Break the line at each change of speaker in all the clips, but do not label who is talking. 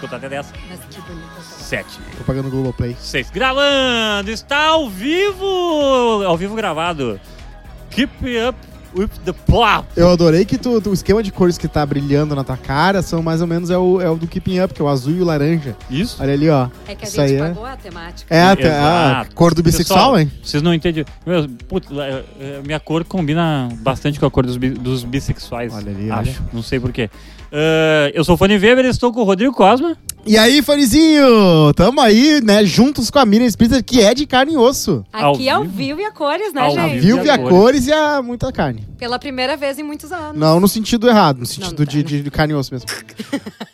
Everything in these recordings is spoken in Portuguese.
contar até 10.
Mas que bonita essa
7,
Tô pagando o Globoplay.
6. Gravando! Está ao vivo! Ao vivo gravado. Keep up with the plop.
Eu adorei que tu, tu- o esquema de cores que tá brilhando na tua cara são mais ou menos é o, é o do Keeping Up, que é o azul e o laranja.
Isso.
Olha ali, ó.
É que a
Isso
gente
aí é-
pagou a temática.
É a, te- a
Exato.
cor do bissexual,
Pessoal,
hein?
Vocês não entendem. Meu, putz, é, é, minha cor combina bastante com a cor dos, bi- dos bissexuais.
Olha ali, olha.
acho. Não sei porquê. eu sou o Fanny Weber, estou com o Rodrigo Cosma.
E aí, fanizinho? Tamo aí, né? Juntos com a Miriam Splitter, que é de carne e osso.
Aqui é
Ao
ao
vivo.
vivo e a cores, né,
Ao
gente?
vivo.
Viu
e
e a
cores.
cores e a muita carne.
Pela primeira vez em muitos anos.
Não no sentido errado, no sentido
tá,
de, de carne e osso mesmo.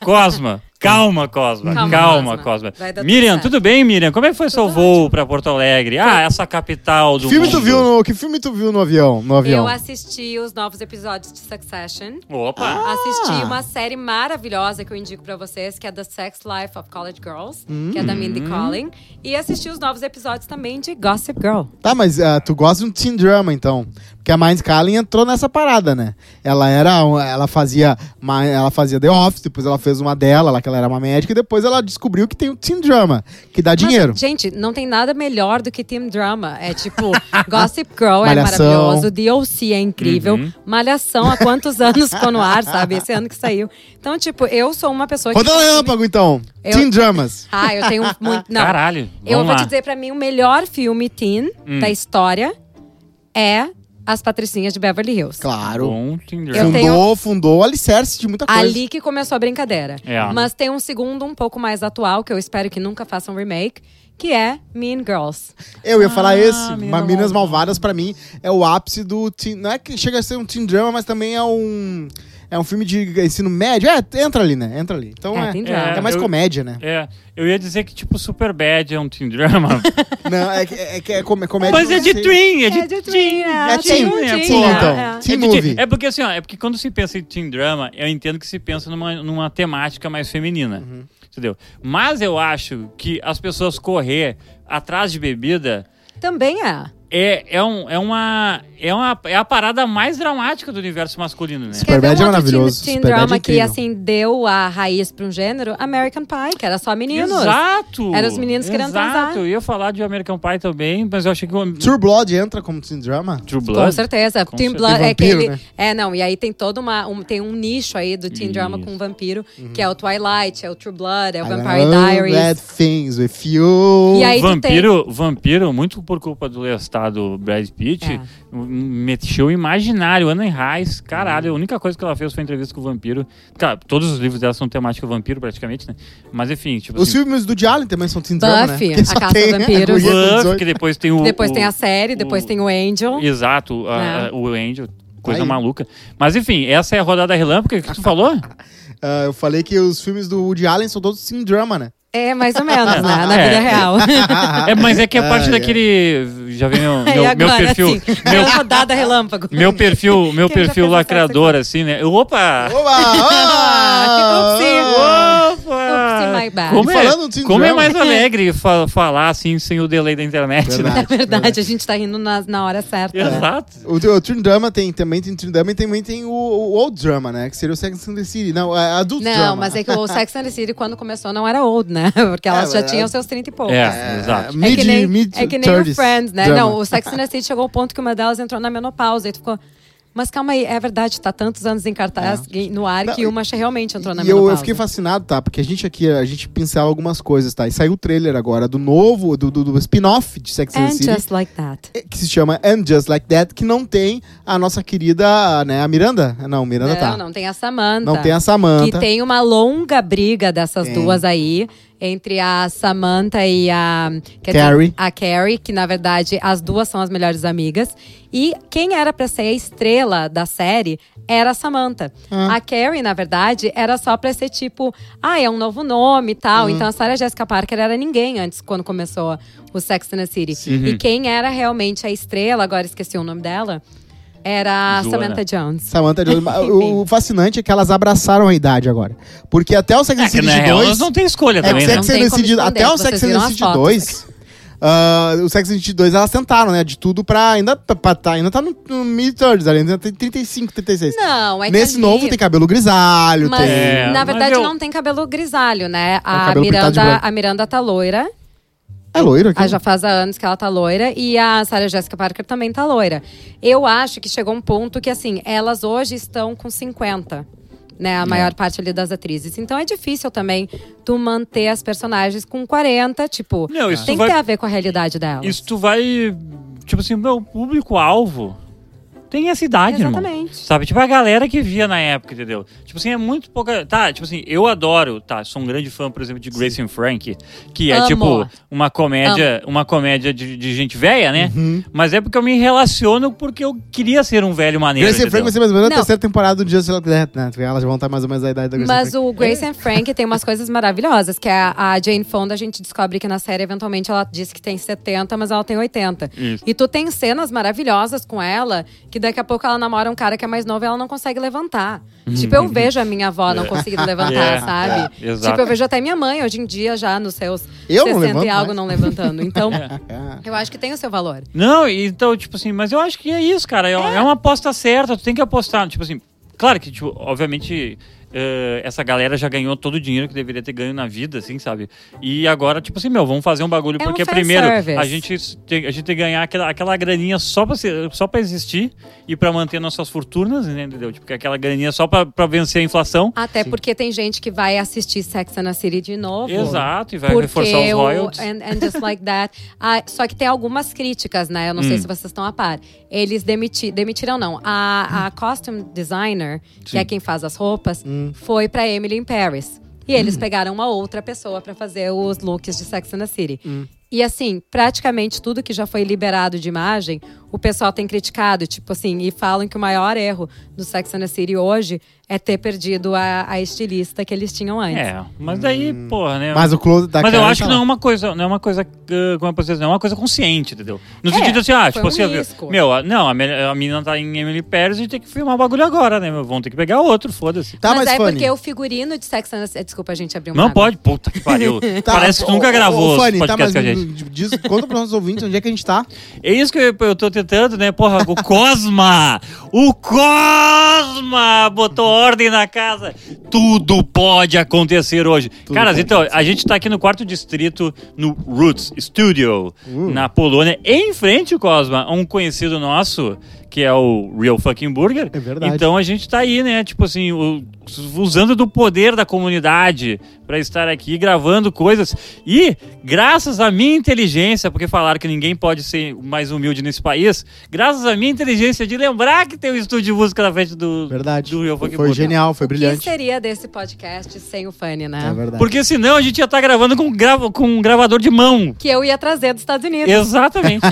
Cosma, calma, Cosma, calma,
Calma,
Cosma.
Cosma. Vai dar tudo
Miriam,
certo.
tudo bem, Miriam? Como é que foi seu
Tudo
voo pra Porto Alegre? Ah, essa capital do
Que filme, tu
mundo.
viu no, que filme tu viu no avião? No
Eu
avião?
assisti os novos episódios de Succession.
Opa!
Ah,
Ah!
Assisti uma série maravilhosa que eu indico pra vocês, que é The Sex Life of College Girls, que é da Mindy
Hum.
Collin. E assisti os novos episódios também de Gossip Girl.
Tá, mas ah, tu gosta de um teen drama, então. Porque a Minds Kaling entrou nessa parada, né? Ela era. um- Ela fazia. ma- Ela fazia The Office, depois ela fez uma dela, lá que ela era uma médica, e depois ela descobriu que tem o teen drama, que dá dinheiro.
Mas, gente, não tem nada melhor do que Team Drama. É tipo, Gossip Girl é
Malhação.
maravilhoso, DLC é incrível,
Uhum.
Malhação há quantos anos ficou no ar, sabe? Esse ano que saiu. Então, tipo, eu sou uma pessoa que.
Roda Relâmpago, então.
Eu-
Teen dramas.
Ah, eu tenho muito. Não.
Caralho,
Eu
vamos
vou
lá. Hum.
te dizer, pra mim, o melhor filme teen da história é As Patricinhas de Beverly Hills.
Claro.
Bom, um Tinder.
Eu
fundou,
tenho-
fundou o alicerce de muita coisa.
Ali que começou a brincadeira.
É.
Mas tem um segundo um pouco mais atual, que eu espero que nunca façam remake, que é Mean Girls.
Eu ia falar
Ah,
esse.
Minas
Uma Minas Malvadas, pra mim, é o ápice do. Teen, não é que chega a ser um teen drama, mas também é um. É um filme de ensino médio. É, entra ali, né? Entra ali. Então
É,
é.
teen
É,
drama.
mais
eu-
comédia, né?
É, eu ia dizer que tipo Superbad é um teen drama,
Não, é que é, que é com- é comédia.
mas é de
twin.
twin, é de
teen,
É
tem
teen,
um
é
teen,
teen,
né?
então.
É.
Teen
é de
movie.
teen. É porque assim, ó, é porque quando se pensa em teen drama, eu entendo que se pensa numa, numa temática mais feminina.
Uhum.
Entendeu? Mas eu acho que as pessoas correr atrás de bebida
Também é.
é, é, um, é, uma, é uma. É a parada mais dramática do universo masculino, né?
Superbad
Quer ver um
é
outro Teen,
maravilhoso,
teen
Superbad é
drama que,
incrível.
assim, deu a raiz pra um gênero, American Pie, que era só meninos.
Exato!
Eram os meninos querendo
Exato.
transar.
Eu ia falar de American Pie também, mas eu achei que. o-
True Blood entra como teen drama?
True
Com
Blood.
certeza.
Com
teen
certeza.
Blood
E
é
vampiro,
aquele.
né?
É, não. E aí tem todo uma, um, tem um nicho aí do teen drama
Isso.
com vampiro, que é o Twilight, é o True Blood, é o
Uhum. I
Vampire
love
Diaries.
Bad things with you.
E aí tu tem-
vampiro, vampiro, muito por culpa do estado Brad Pitt,
É.
m- mexeu o imaginário. Ana Reis, caralho, a única coisa que ela fez foi entrevista com o vampiro. Cara, todos os livros dela são temática vampiro, praticamente, né? Mas enfim, tipo
Os
assim,
filmes do Jalen também são teen
Buffy,
drama, né? Porque
A
só
Caça
tem
aos Vampiros.
a guria com
Buff,
18.
que depois tem o.
Depois
o-
tem a série, depois tem o Angel.
Exato, a- a-
É.
o Angel. Coisa
Aí.
maluca. Mas enfim, essa é a rodada relâmpago que tu falou?
Ah, eu falei que os filmes do Woody Allen são todos teen drama, né?
É, mais ou menos, né? Na
É.
vida real.
Ah.
É, mas é que é parte
Ai, ai.
daquele. Já vem meu,
e
meu, meu
agora,
perfil.
assim,
Meu,
aquela rodada relâmpago.
meu perfil, meu
Quem já
perfil
fez essa
lacrador, assim, né? Opa!
Oba! Ah! oba!
Oopsie. Oopsie, my bad.
Como,
E
é,
falando assim, do Tim
como é
Drum-
mais alegre fa- falar assim sem o delay da internet, né?
Verdade.
É Verdade, a gente tá rindo na, na hora certa. né?
Exato.
O, o Teen Drama tem, também tem Teen Drama e também tem o, o Old Drama, né? Que seria o Sex and the City. Não, é Adult
Não,
Drama.
mas é que o Sex and the City, quando começou, não era old, né? Porque elas
É,
já
mas-
tinham seus 30 e poucos.
É,
É,
exato.
É
Mid,
que nem,
mid
é que nem o
30s
Friends, né?
drama.
Não, o Sex and the City chegou ao ponto que uma delas entrou na menopausa e tu ficou... Mas calma aí, é verdade, tá tantos anos em cartaz, no ar,
É. Não,
que uma realmente entrou na
E eu,
menopausa.
eu fiquei fascinado, tá? Porque a gente aqui, a gente pincela algumas coisas, tá? E saiu o trailer agora do novo, do, do, do spin-off de Sex and, the
And
City, eh,
just like that.
que se chama And Just Like That, que não tem a nossa querida, né, a Miranda? Não, Miranda
não,
tá.
não tem a Samantha.
Não tem a Samantha.
Que tem uma longa briga dessas
Tem.
duas aí. Entre a Samantha e a... quer
Carrie.
dizer, a Carrie, que na verdade as duas são as melhores amigas. E quem era pra ser a estrela da série era a Samantha. A Carrie, na verdade, era só pra ser tipo… Ah, é um novo nome e tal. Então a Sarah Jessica Parker era ninguém antes, quando começou o Sex and the City. E quem era realmente a estrela, agora esqueci o nome dela… Era a
Joana.
Samantha Jones.
Samantha Jones. o, o fascinante é que elas abraçaram a idade agora. Porque até o Sex and
É
the
que
City
na real elas
2.
não têm escolha
É,
também,
o
né?
Sex
Não
and
tem
the
como
City,
esconder,
até o
vocês
Sex and
viram
the
as
City
fotos.
2. ah, o Sex and the City 2, elas tentaram, né? De tudo pra. Ainda, pra, pra tá, ainda tá no, no mid-30s ali, ainda tem 35, 36.
Não, é que
Nesse
ali-
novo tem cabelo grisalho,
Mas,
tem.
É,
na
mas
verdade,
eu-
não tem cabelo grisalho, né?
o
A
cabelo pintado de
Miranda,
branco.
a Miranda tá loira.
É loiro aqui.
Ah, já faz há anos que ela tá loira. E a Sarah Jessica Parker também tá loira. Eu acho que chegou um ponto que, assim, elas hoje estão com 50. Né,
É.
a maior parte ali das atrizes. Então é difícil também tu manter as personagens com 40, tipo,
Não, isso
tem que
vai-
ter a ver com a realidade delas.
Isso tu vai. Tipo assim, meu público-alvo tem essa idade, irmão.
Exatamente.
Sabe? Tipo a galera que via na época, entendeu? Tipo assim, é muito pouca. Tá, tipo assim, eu adoro, tá? Sou um grande fã, por exemplo, de Grace and Frank, que é
Amo.
tipo uma comédia, uma comédia de, de gente velha, né?
Uhum.
Mas é porque eu me relaciono porque eu queria ser um velho maneiro.
Grace and Frank vai
entendeu?
ser mais ou menos a
Não.
terceira temporada um do Just Like That, né? Porque Elas vão estar mais ou menos a idade da Grace and
Mas
Frank. É.
o Grace and Frank tem umas coisas maravilhosas, que é a, a Jane Fonda, a gente descobre que na série, eventualmente, ela disse que tem 70, mas ela tem 80.
Isso.
E tu tem cenas maravilhosas com ela, que daqui a pouco ela namora um cara que é mais novo e ela não consegue levantar.
Uhum.
Tipo, eu vejo a minha avó não conseguindo levantar,
É,
sabe?
é, exato.
Tipo, eu vejo até minha mãe hoje em dia já nos seus
Eu
60 e
não levanto
algo
mais.
não levantando. Então,
É.
eu acho que tem o seu valor.
Não, e então, tipo assim, mas eu acho que é isso, cara. É, é uma aposta certa, tu tem que apostar. Tipo assim, claro que, tipo, obviamente, eh, essa galera já ganhou todo o dinheiro que deveria ter ganho na vida, assim, sabe? E agora, tipo assim, meu, vamos fazer um bagulho,
É um
porque
fan
primeiro
service.
a gente tem, a gente tem que ganhar aquela, aquela graninha só pra, ser, só pra existir e pra manter nossas fortunas, né, entendeu? Tipo, que aquela graninha só pra, pra vencer a inflação.
Até porque tem gente que vai assistir Sex and the City de novo.
Exato, e vai
porque é
reforçar os
o-
royalties.
And, and just like that. Ah, só que tem algumas críticas, né? Eu não sei
Hum.
se vocês estão a par. Eles demiti demitiram, não. A, a costume designer, que é quem faz as roupas,
Hum.
foi pra Emily in Paris. E eles pegaram uma outra pessoa pra fazer os looks de Sex and the City.
Hum.
E assim, praticamente tudo que já foi liberado de imagem, o pessoal tem criticado, tipo assim, e falam que o maior erro do Sex and the City hoje é ter perdido a, a estilista que eles tinham antes.
É, mas daí, porra, né?
Mas o close da
Mas eu
Karen
acho
tá
que não é uma coisa, não é uma coisa, ah, como é que eu posso dizer, não é uma coisa consciente, entendeu? No
É,
sentido assim, ah,
foi
tipo
um
assim,
risco.
meu, ah, não, a, me- a menina tá em Emily Paris, a gente tem que filmar o bagulho agora, né? meu? Vão ter que pegar outro, foda-se.
Tá
mas
mais
é
funny.
porque o figurino de Sex and the City. Desculpa, a gente abriu um uma
Não
água.
pode, puta que pariu.
Tá,
Parece que tu
ô,
nunca
ô,
gravou
ô,
os
Fanny, tá,
podcasts com a
mas
gente.
Diz, conta pros nossos ouvintes onde é que a gente tá.
É isso que eu, eu tô tentando, né? Porra, o Cosma! o Cosma botou ordem na casa. Tudo pode acontecer hoje. Caras, então, a gente tá aqui no quarto distrito, no Roots Studio, na Polônia, em frente, Cosma, a um conhecido nosso, que é o Real Fucking Burger.
É verdade.
Então a gente tá aí, né? Tipo assim, o- usando do poder da comunidade pra estar aqui gravando coisas. E, graças à minha inteligência, porque falaram que ninguém pode ser mais humilde nesse país, graças à minha inteligência de lembrar que tem um estúdio de música na frente do,
Verdade.
do Real
foi
Funk Burger.
genial, foi
O que
brilhante.
seria desse podcast sem o Fanny, né?
É verdade.
Porque senão a gente ia estar gravando com, grava- com um gravador de mão.
Que eu ia trazer dos Estados Unidos.
Exatamente.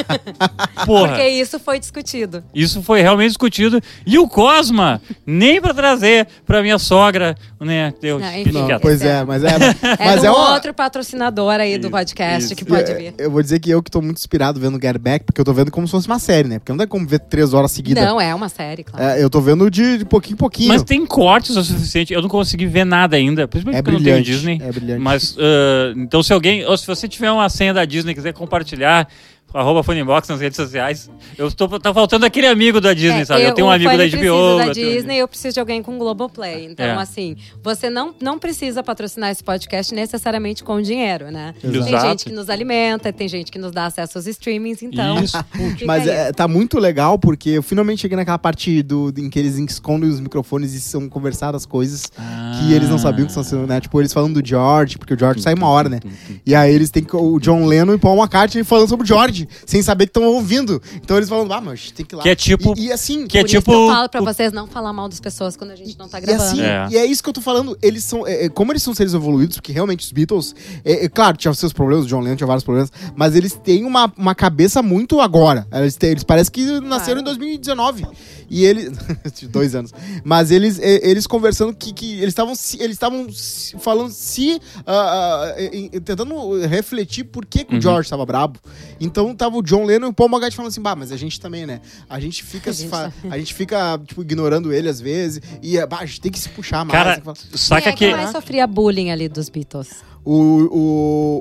Porra.
Porque isso foi discutido.
Isso foi realmente discutido. E o Cosma, nem pra trazer pra minha sogra, né? Deus,
Não, enfim.
fique
Não,
quieto.
pois é, mas é. mas
Era
é
um
uma- É,
outro patrocinador aí do
Isso,
podcast
isso.
que pode vir.
Eu vou dizer que eu que tô muito inspirado vendo Get Back, porque eu tô vendo como se fosse uma série, né? Porque não tem como ver três horas seguidas.
Não, é uma série, claro.
É, eu tô vendo de, de pouquinho em pouquinho.
Mas tem cortes o suficiente. Eu não consegui ver nada ainda. Principalmente
É
porque eu não tenho
brilhante,
Disney.
é brilhante.
Mas, ah, então, se alguém. Ou se você tiver uma senha da Disney e quiser compartilhar. Arroba Funimbox nas redes sociais. Eu tô, tá faltando aquele amigo da Disney,
É,
sabe? Eu, tenho um
o
amigo da HBO.
Fanny precisa da
eu tenho-
Disney, eu preciso de alguém com Globoplay. Então,
É.
assim, você não, não precisa patrocinar esse podcast necessariamente com dinheiro, né?
Exato.
Tem
Exato.
gente que nos alimenta, tem gente que nos dá acesso aos streamings, então.
Isso.
fica
Mas
aí.
é, tá muito legal, porque eu finalmente cheguei naquela parte do, em que eles escondem os microfones e são conversadas coisas
Ah.
que eles não sabiam que estão sendo, né? Tipo, eles falando do George, porque o George sai uma hora, né?
Uhum.
E aí eles têm que- o John Lennon e Paul McCartney falando sobre o George, sem saber que estão ouvindo. Então eles falam, ah, mas a gente tem que ir lá.
Que é tipo-
E, e assim.
que é
Por isso
tipo-
que eu falo pra vocês não falar mal das pessoas quando a gente não tá
E assim,
gravando.
É.
e é isso que eu tô falando. Eles são. é, é, como eles são seres evoluídos, porque realmente os Beatles. é, é, claro, tinham seus problemas, o John Lennon tinha vários problemas, mas eles têm uma, uma cabeça muito agora. Eles, têm- eles parecem que nasceram
Claro.
em 2019. E ele. de dois anos. Mas eles, e- eles conversando que, que eles estavam se- eles estavam se- falando se. ah, ah, em- em- tentando refletir por que, que o George tava brabo. Então tava o John Lennon e o Paul McCartney falando assim, bah, mas a gente também, né? A gente fica,
A
se
gente
fa- a gente fica tipo, ignorando ele às vezes. E ah, bah, a gente tem que se puxar mais. né?
Cara,
Quem
saca
é que
que.
mais sofria bullying ali dos Beatles?
O,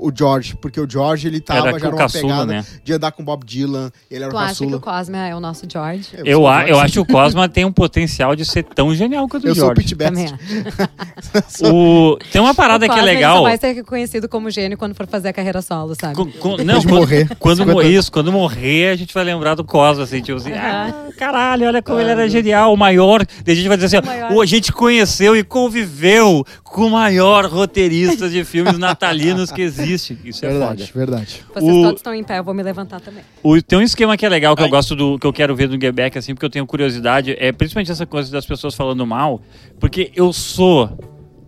o, o George, porque o George ele tava
Era
já
o
numa
caçula,
pegada
né?
de andar com Bob Dylan, ele era
Tu
o
acha que
caçula.
o Cosma é o nosso George?
Eu,
sou
a-
o
eu
George.
acho que o Cosma tem um potencial de ser tão genial quanto o
Eu sou o
George.
Pit
Também
Best.
acho.
O- Tem uma parada
O
que é
Cosma, ele
legal.
Só vai ser conhecido como gênio quando for fazer a carreira solo, sabe?
Cu- cu- não,
de
quando,
morrer.
Quando
50
morrer, isso, quando morrer, a gente vai lembrar do Cosmo, assim, tipo assim, ah, caralho, olha como ele era genial, o maior. Daí a gente vai dizer assim,
O
ó,
maior.
"Ô, a gente conheceu e conviveu com o maior roteirista de filmes natalinos que existe. Isso é
Verdade,
foda.
verdade.
Vocês
O-
todos estão em pé, eu vou me levantar também.
O- tem um esquema que é legal, que eu gosto do, que eu quero ver no Get Back, assim, porque eu tenho curiosidade, é principalmente essa coisa das pessoas falando mal, porque eu sou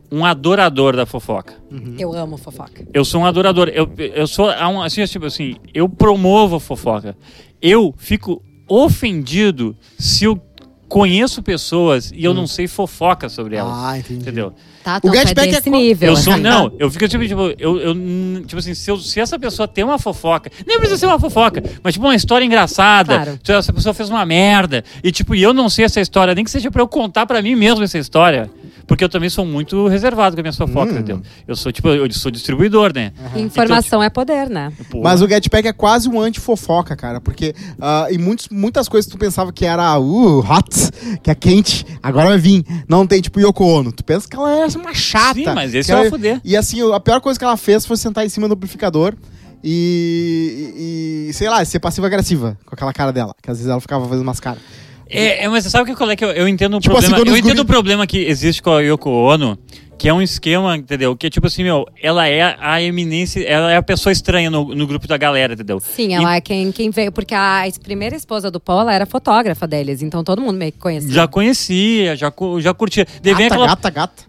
um adorador da fofoca.
Eu amo fofoca.
Eu sou um adorador. Eu, eu sou há um- assim, tipo assim, eu promovo a fofoca. Eu fico ofendido se eu conheço pessoas e eu não sei fofoca sobre elas.
Hum. Ah, entendi.
Entendeu?
Tá, então,
Get
é
Back é
desse
co-
nível.
Eu sou.
assim.
Não, eu fico tipo, tipo, eu, eu, hum, tipo assim, se, eu- se essa pessoa tem uma fofoca, nem precisa ser uma fofoca, mas tipo uma história engraçada.
Claro.
tipo, Essa pessoa fez uma merda. E tipo, e eu não sei essa história, nem que seja pra eu contar pra mim mesmo essa história. Porque eu também sou muito reservado com as minhas
Hum.
fofocas, entendeu? Eu sou, tipo, eu sou distribuidor, né?
Informação é poder, né?
Pô.
Mas o Get Back é quase um anti-fofoca, cara, porque ah, em muitos, muitas coisas tu pensava que era uh, hot, que é quente, agora vai vir. Não tem tipo Yoko Ono. Tu pensa que ela era uma chata.
Sim, mas esse
que
é
ela-
o fuder.
E assim, a pior coisa que ela fez foi sentar em cima do amplificador e, e- e, sei lá, ser passiva-agressiva com aquela cara dela, que às vezes ela ficava fazendo umas caras.
É, é, mas você sabe que, qual é que eu, eu entendo o
Tipo assim,
problema.
quando
eu
os
entendo
guri-
o problema que existe com a Yoko Ono, que é um esquema, entendeu? Que é tipo assim, meu, ela é a eminência, ela é a pessoa estranha no, no grupo da galera, entendeu?
Sim, ela é quem, quem veio. Porque a es- primeira esposa do Paul ela era fotógrafa deles, então todo mundo meio que conhecia.
Já conhecia, já, cu- já curtia. Daí
Gata,
vem aquela.
gata, gata.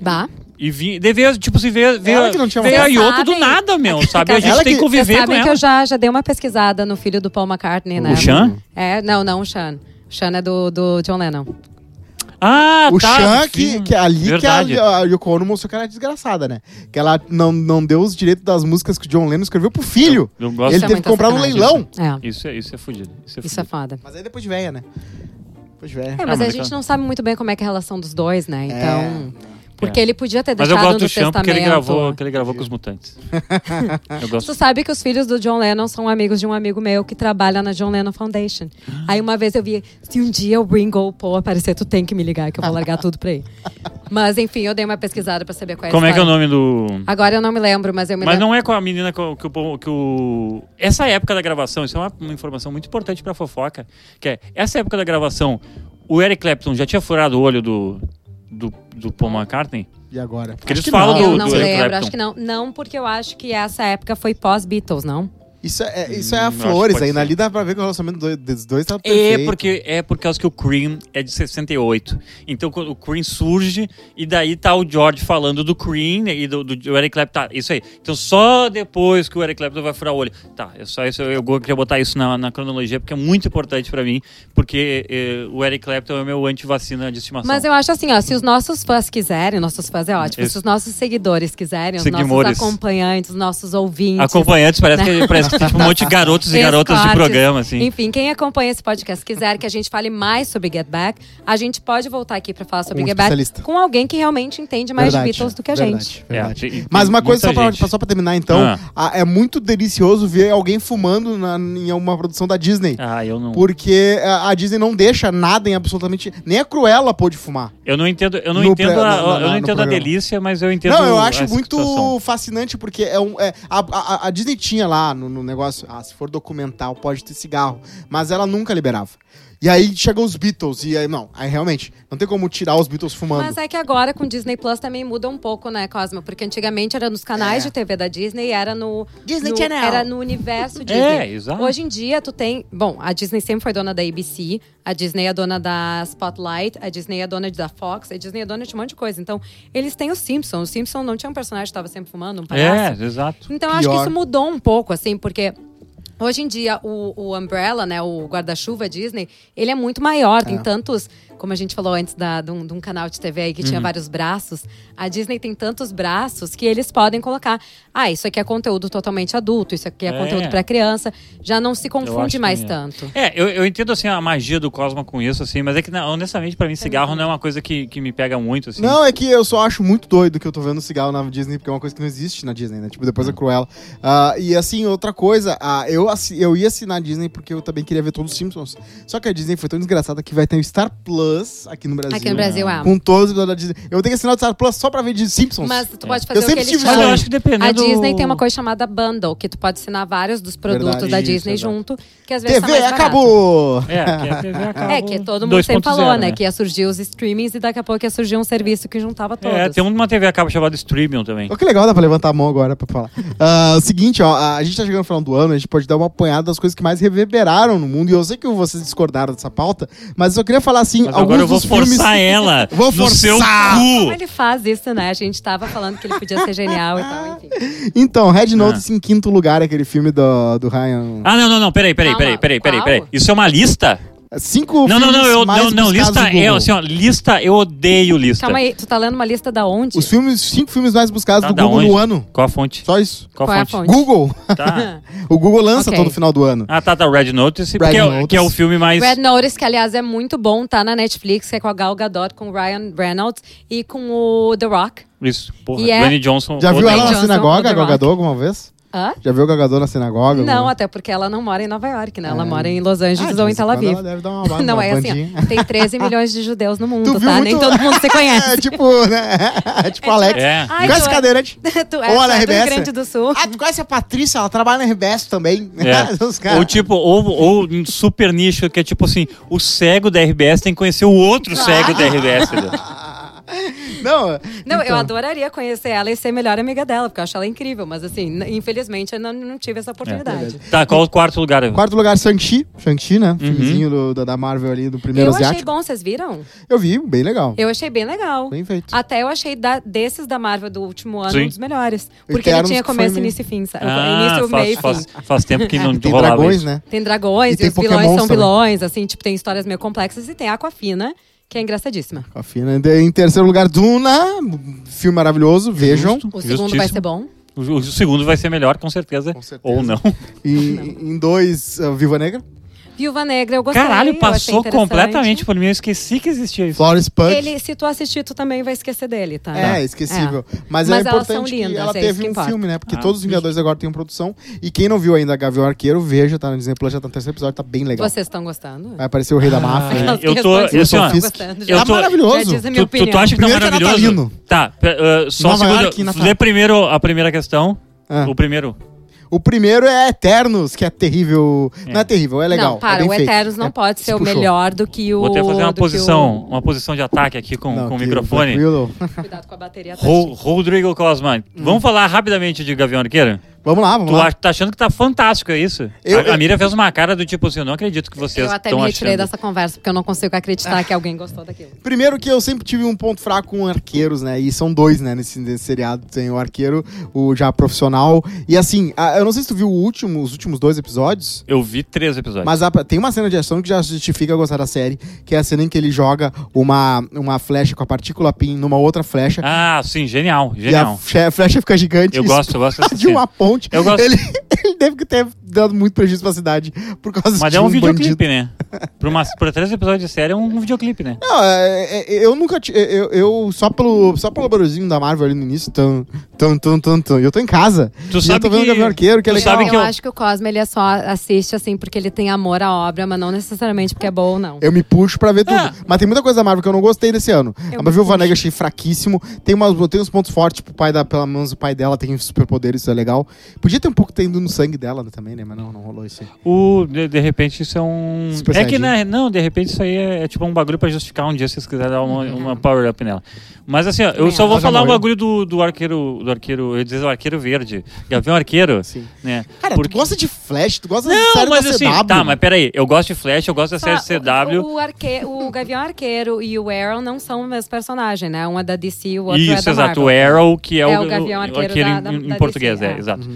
Bah.
E vi, daí veio, tipo, se vê.
Ela que não tinha
veio a
vontade.
Yoko do
Sabem.
nada, meu, sabe? A gente
Ela
tem que
que-
Vocês
conviver com
sabem que
ela.
eu já, já dei uma pesquisada no filho do Paul McCartney, né?
Sean?
É, não, não o Sean. O Sean é do, do John Lennon.
Ah,
O
tá.
Shan, que,
sim.
que é ali
Verdade.
que a, a Yoko Ono mostrou que ela é desgraçada, né? Que ela não, não deu os direitos das músicas que o John Lennon escreveu pro filho.
Eu- eu gosto-
Ele
Isso é
teve que
muita
comprar no
sacanagem.
leilão.
É,
Isso é, isso é fudido. Isso é fudido.
isso é foda.
Mas aí depois de velha, né? Depois de velha.
É, mas,
mas
a
é
gente
claro.
não sabe muito bem como é que é a relação dos dois, né? Então. Porque
É.
ele podia ter
Mas eu
deixado
gosto
no
do Chan
testamento.
porque ele gravou, que ele gravou com os mutantes. Eu gosto
Tu sabe que os filhos do John Lennon são amigos de um amigo meu que trabalha na John Lennon Foundation.
Ah.
Aí uma vez eu vi, se um dia o Ringo ou o Paul aparecer, tu tem que me ligar, que eu vou largar tudo pra ele. Mas enfim, eu dei uma pesquisada pra saber qual é a
Como é que é o
história.
nome do.
Agora eu não me lembro, mas eu me
Mas
lembro.
não é com a menina que o, que o povo- que o- Essa época da gravação, isso é uma, uma informação muito importante pra fofoca. Que é, essa época da gravação, o Eric Clapton já tinha furado o olho do, do, do Paul McCartney?
E agora?
Porque eles
Acho que
falam
não.
do-
eu É. não
do Eric
lembro,
Clapton.
acho que não. Não, porque eu acho que essa época foi pós-Beatles, não?
Isso é, isso é
Hum,
a
acho que
flores
pode
aí. Na
ser.
ali dá pra ver que o relacionamento do- dos dois tá perfeito.
É porque é por causa que o Cream é de 68. Então quando o Cream surge e daí tá o George falando do Cream né, e do, do- do Eric Clapton. Tá, isso aí. Então só depois que o Eric Clapton vai furar o olho. Tá, eu só isso eu, eu queria botar isso na, na cronologia porque é muito importante pra mim, porque eh, o Eric Clapton é o meu antivacina de estimação.
Mas eu acho assim, ó, se os nossos fãs quiserem, nossos fãs é ótimo,
Isso.
se os nossos seguidores quiserem, os
Seguimores.
nossos acompanhantes, os nossos ouvintes.
Acompanhantes, parece
Né?
que, parece que tem tipo, um monte de garotos e garotas de
escortes.
programa, assim.
Enfim, quem acompanha esse podcast quiser que a gente fale mais sobre Get Back, a gente pode voltar aqui pra falar sobre
Um
Get Back
especialista.
com alguém que realmente entende mais
Verdade,
de Beatles do que a
verdade,
gente.
verdade.
É, tem-
Mas
tem
uma coisa só
muita
pra,
gente.
só pra terminar, então.
Ah.
a- é muito delicioso ver alguém fumando na, em uma produção da Disney.
Ah, eu não.
Porque a, a Disney não deixa nada em absolutamente. Nem a Cruella pôde fumar.
Eu não entendo, eu não
No
entendo,
pre-
a,
na- na-
eu não
no
entendo a
programa.
delícia, mas eu entendo
não, eu
a
acho muito
situação.
fascinante, porque é um. é- a, a- a Disney tinha lá no, no negócio, ah, se for documental, pode ter cigarro. Mas ela nunca liberava. E aí chegam os Beatles, e aí, não, aí realmente, não tem como tirar os Beatles fumando.
Mas é que agora com Disney Plus também muda um pouco, né, Cosma? Porque antigamente era nos canais
É.
de TV da Disney e era no.
Disney
no-
Channel.
Era no universo Disney.
É, exato.
Hoje em dia, tu tem. Bom, a Disney sempre foi dona da ABC, a Disney é dona da Spotlight, a Disney é dona da Fox, a Disney é dona de um monte de coisa. Então, eles têm o Simpson. O Simpson não tinha um personagem que tava sempre fumando, um palhaço.
É, exato.
Então, eu acho que
Pior.
isso mudou um pouco, assim, porque Hoje em dia, o, o Umbrella, né, o guarda-chuva Disney, ele é muito maior. Tem tantos, como a gente falou antes da, de, um, de um canal de TV aí que tinha vários braços. A Disney tem tantos braços que eles podem colocar. Ah, isso aqui é conteúdo totalmente adulto, isso aqui é,
É.
conteúdo para criança. Já não se
acho que
confunde mais
é.
tanto.
É, eu, eu entendo assim a magia do Cosma com isso, assim, mas é que, na- honestamente, pra mim, cigarro não é uma coisa que, que me pega muito, assim.
Não, é que eu só acho muito doido que eu tô vendo cigarro na Disney, porque é uma coisa que não existe na Disney, né? Tipo, depois é cruel. e assim, outra coisa, ah, eu, assi- eu ia assinar a Disney porque eu também queria ver todos os Simpsons. Só que a Disney foi tão desgraçada que vai ter o Star Plus aqui no Brasil. é um
Aqui no Brasil, ah.
Com todos os episódios da Disney. Eu tenho que assinar o Star Plus só pra ver de Simpsons.
Mas tu
É.
pode
Eu
fazer o que
sempre
eles
tive
Mas eu
chamam.
acho que dependendo.
A Disney tem uma coisa chamada bundle, que tu pode assinar vários dos produtos
Verdade,
da
isso,
Disney
exato.
junto, que às vezes tá
TV
mais barato.
acabou!
É, que a TV acaba
É, que
um
todo mundo sempre
2.0,
falou, né? Que ia surgir os streamings e daqui a pouco ia surgir um serviço que juntava todos.
É,
um
tem uma TV acaba chamada Streamium também.
Ó, que legal, dá pra levantar a mão agora pra falar. Ah, o seguinte, ó, a gente tá chegando no final do ano, a gente pode dar uma apanhada das coisas que mais reverberaram no mundo, e eu sei que vocês discordaram dessa pauta, mas eu queria falar assim,
Mas
alguns
agora eu vou
dos filmes...
forçar ela
Vou
no
forçar!
seu
Como
cu.
ele faz isso, né? A gente tava falando que ele podia ser genial e tal, enfim.
Então, Red Notice em quinto lugar, aquele filme do, do Ryan...
Ah, não, não, não, peraí, peraí,
Calma,
peraí, peraí, peraí,
qual?
peraí. Isso é uma lista?
Cinco
Não, não,
filmes
não, eu,
mais
não, não,
buscados
lista,
no Google.
eu, assim, ó, lista, eu odeio lista.
Calma aí, tu tá lendo uma lista da onde?
Os filmes, cinco filmes mais buscados
Tá,
do
da
Google no
onde?
ano.
Qual a fonte?
Só isso.
Qual,
Qual é
a
a
fonte?
fonte?
Google.
Tá.
Ah.
o Google lança
Ok.
todo final do ano.
Ah, tá, tá, Red Notice,
Red
que, é,
Notice.
que é o filme mais...
Red Notice, que aliás é muito bom, tá na Netflix, que é com a Gal Gadot, com o Ryan Reynolds e com o The Rock.
Isso, porra,
E é-
Dwayne Johnson.
Já viu
odeio.
ela na
Johnson,
sinagoga,
The Rock.
Gagador, alguma vez?
Hã?
Já viu o Gagador na sinagoga?
um Não,
alguma-
até porque ela não mora em Nova York, né? Ela
É.
mora em Los Angeles
Ah,
ou
de
em
vez
Tel
em quando
Aviv.
ela deve dar uma ba-
tá Não,
uma
é assim,
bandinha.
ó, tem 13 milhões de judeus no
Tu
mundo,
viu
tá?
muito-
Nem todo mundo se
É,
conhece.
tipo, né? É tipo o Alex.
É.
Tu conhece
tu
cadeirante?
é, tu
tipo, Ou
é,
ela
tu é do Rio
arrebessa.
Grande do Sul.
Ah, tu conhece a Patrícia? Ela trabalha na RBS também. né?
É.
Os caras.
Ou tipo, ou, ou um super nicho, que é tipo assim, o cego da RBS tem que conhecer o
Ah.
outro cego da RBS. né?
Não,
Não, eu
então.
adoraria conhecer ela e ser melhor amiga dela, porque eu acho ela incrível. Mas assim, n- infelizmente eu não, não tive essa
É,
oportunidade.
Tá, qual o quarto lugar?
Quarto lugar, Shang-Chi. Shang-Chi,
Uhum.
né? Filmezinho do- da- da Marvel ali, do primeiro
eu achei
asiático.
bom, vocês viram?
Eu vi, bem legal.
Eu Ah, achei bem legal.
Bem feito.
Até eu achei da- desses da Marvel do último ano
Sim.
um dos melhores. Porque ele
Eternos
tinha
que foi
começo,
meio-
início e fim. sabe?
Ah,
É início, meio e
faz,
fim.
faz, faz tempo que não
E tem
rolava
dragões,
isso.
né?
Tem dragões,
E
e,
tem
os vilões
pokémons
são
também.
vilões, assim, tipo, tem histórias meio complexas e tem Aquafina, que é engraçadíssima.
A Fina. Em terceiro lugar, Duna. Filme maravilhoso, vejam.
É Justo,
O segundo vai
justíssimo.
ser bom.
O, o segundo vai ser melhor, com certeza.
Com certeza.
Ou não.
E, em dois, uh, Viva Negra.
Viúva Negra, eu gostei. eu
Caralho,
achei
passou
interessante.
completamente por mim. Eu esqueci que existia isso.
Florence Pugh.
Ele, se tu assistir, tu também vai esquecer dele, tá?
É, esquecível. Mas,
Mas
é
elas são
importante que
lindas,
ela
é isso
teve
que
um
importa.
filme, né? Porque
Ah,
todos os Vingadores agora têm uma produção. E quem não viu ainda Gavião Arqueiro, veja, tá no Disney Plus, já tá no terceiro episódio, tá bem legal.
Vocês estão gostando?
Vai aparecer o Rei da Máfia. Tá
é. Eu
Aquelas
tô-
questões que
eu
vocês
tô-
estão gostando,
eu
já.
tô-
Já
maravilhoso.
diz a minha
Tu, tu
opinião.
acha que tá
Primeiro que é
maravilhoso?
natalino.
Tá, pe- uh, só um
Nova
segundo.
York, Natal.
Lê primeiro a primeira questão.
Ah.
O primeiro.
O primeiro é Eternos, que é terrível. Não é terrível, é legal.
Não, para,
é bem
o
feito.
Eternos não
É,
pode
se
ser o
puxou.
melhor do que o.
Vou até fazer uma
do que o-
posição, uma posição de ataque aqui com,
Não,
com o
que-
microfone.
tranquilo.
Cuidado com a bateria. tá?
Ro- Rodrigo
Hum.
Cosman, vamos falar rapidamente de Gavião Arqueiro?
Vamos lá, vamos
Tu
lá.
ach- tá achando que tá fantástico, é isso?
Eu-
a, a Miriam fez uma cara do tipo assim, eu não acredito que vocês estão
Eu até me retirei
achando.
dessa conversa, porque eu não consigo acreditar que alguém gostou daquilo.
Primeiro que eu sempre tive um ponto fraco com arqueiros, né? E são dois, né, nesse, nesse seriado. Tem o arqueiro, o já profissional. E assim, a- eu não sei se tu viu o último, os últimos dois episódios.
Eu vi três episódios.
Mas a- tem uma cena de ação que já justifica gostar da série, que é a cena em que ele joga uma, uma flecha com a partícula PIN numa outra flecha.
Ah, sim, genial,
E a
genial.
fle- flecha fica gigante.
Eu
e
gosto, eu gosto dessa
explode uma
cena.
ponte.
Eu gosto.
Ele, ele deve que ter dado muito prejuízo pra cidade por causa
Mas
de
é um
bandido.
videoclipe, né? Pra, umas- pra três episódios de série é um videoclipe, né?
Não, é- é- eu nunca. ti- Eu, eu- só pelo só pelo barulhinho da Marvel ali no início, tão, tão, tão, tão, tão. Eu tô em casa.
Tu
e
sabe
eu tô vendo o
que-
Gabriel Arqueiro, que é
tu
legal.
sabe
eu
que eu-
acho que o Cosme ele é só assiste assim porque ele tem amor à obra, mas não necessariamente porque é bom ou não.
Eu me puxo pra ver tudo.
Ah.
Mas tem muita coisa da Marvel que eu não gostei desse ano.
Eu
a
me
Viúva
puxo.
Negra achei fraquíssimo. Tem, umas, tem uns pontos fortes, tipo, o pai da, pelo menos o pai dela tem superpoderes, isso é legal. Podia ter um pouco tendo no sangue dela também, né? Mas não, não rolou isso aí.
O, de, de repente isso é um.
Super
é que né,
Saiyajin.
não, de repente isso aí é, é tipo um bagulho pra justificar um dia se vocês quiserem dar uma, uma power up nela. Mas assim, ó, eu
Uhum. Também
só vou
acho.
falar
Ela
um
já morreu.
bagulho do, do arqueiro. Do arqueiro. Eu ia dizer o arqueiro verde. Gavião Arqueiro.
Sim.
Né?
Cara,
Porque-
tu gosta de Flash, tu gosta de
Não,
série
mas
da
assim,
CW.
tá, mas peraí, eu gosto de Flash, eu gosto da série
Só,
CW.
O, o, arque- o Gavião Arqueiro e o Arrow não são o mesmo personagem, né? Um é da DC e o outro é
Isso,
da
exato,
Marvel.
o Arrow, que é,
É o Gavião Arqueiro da- da-
em, em
da
português,
DC,
é,
é.
exato.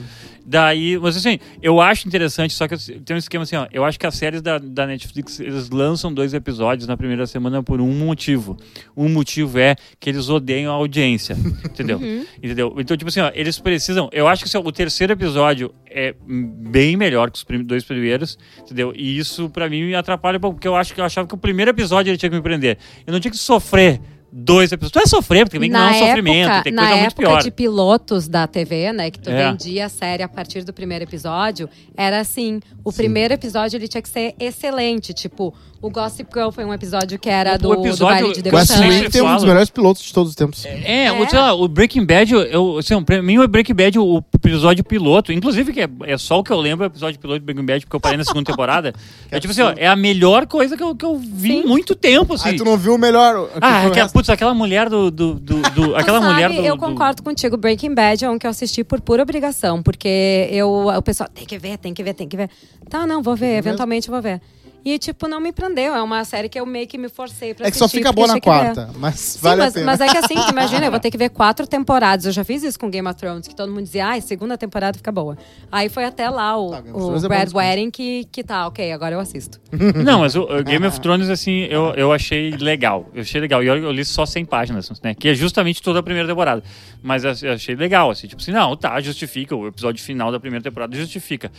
Daí, mas assim, eu acho interessante, só que tem um esquema assim, ó. Eu acho que as séries da, da Netflix, eles lançam dois episódios na primeira semana por um motivo. Um motivo é que eles odeiam a audiência. entendeu?
Uhum.
Entendeu? Então, tipo assim, ó, eles precisam. Eu acho que assim, ó, o terceiro episódio é bem melhor que os prim- dois primeiros, entendeu? E isso, pra mim, me atrapalha, porque eu acho que eu achava que o primeiro episódio ele tinha que me prender. Eu não tinha que sofrer. Dois episódios. Tu é sofrer, porque vem que não é um sofrimento, tem
na
coisa muito
época
pior.
de pilotos da TV, né, que tu
É.
vendia a série a partir do primeiro episódio, era assim, o primeiro episódio ele tinha que ser excelente, tipo, o Gossip Girl foi um episódio que era
O
do, do
episódio-
baile de
Eu
West
sempre
debutante.
Wing tem um dos
falo.
melhores pilotos de todos os tempos.
É,
É.
O, sei lá, o Breaking Bad, eu- eu, assim, pra mim o Breaking Bad, o episódio piloto, inclusive que é, é só o que eu lembro, o episódio piloto de Breaking Bad, porque eu parei na segunda temporada. é tipo assim, ó, é a melhor coisa que eu, que eu vi em muito tempo, assim.
Aí tu não é- viu o melhor.
Ah,
que
aquela, putz, aquela mulher do. do, do, do- aquela
Tu sabe,
mulher do.
Eu
do-
concordo contigo. Breaking Bad é um que eu assisti por pura obrigação, porque eu, o pessoal tem que ver, tem que ver, tem que ver. Tá, não, vou ver, eventualmente eu vou ver. E, tipo, não me prendeu. É uma série que eu meio que me forcei pra
É que só
assistir,
fica
porque
boa na
tinha que ver.
quarta, mas vale
Sim, mas,
a pena.
mas é que assim, tu imagina, eu vou ter que ver quatro temporadas. Eu já fiz isso com Game of Thrones, que todo mundo dizia, ai, segunda temporada fica boa. Aí foi até lá o,
Tá, Game of
o
Thrones é bom
Red
descanso.
Wedding que, que tá, ok, agora eu assisto.
Não, mas o, o Game of Thrones, assim, eu, eu achei legal. Eu achei legal. E eu, eu li só 100 páginas, né? Que é justamente toda a primeira temporada. Mas eu, eu achei legal, assim. Tipo assim, não, tá, justifica. O episódio final da primeira temporada justifica.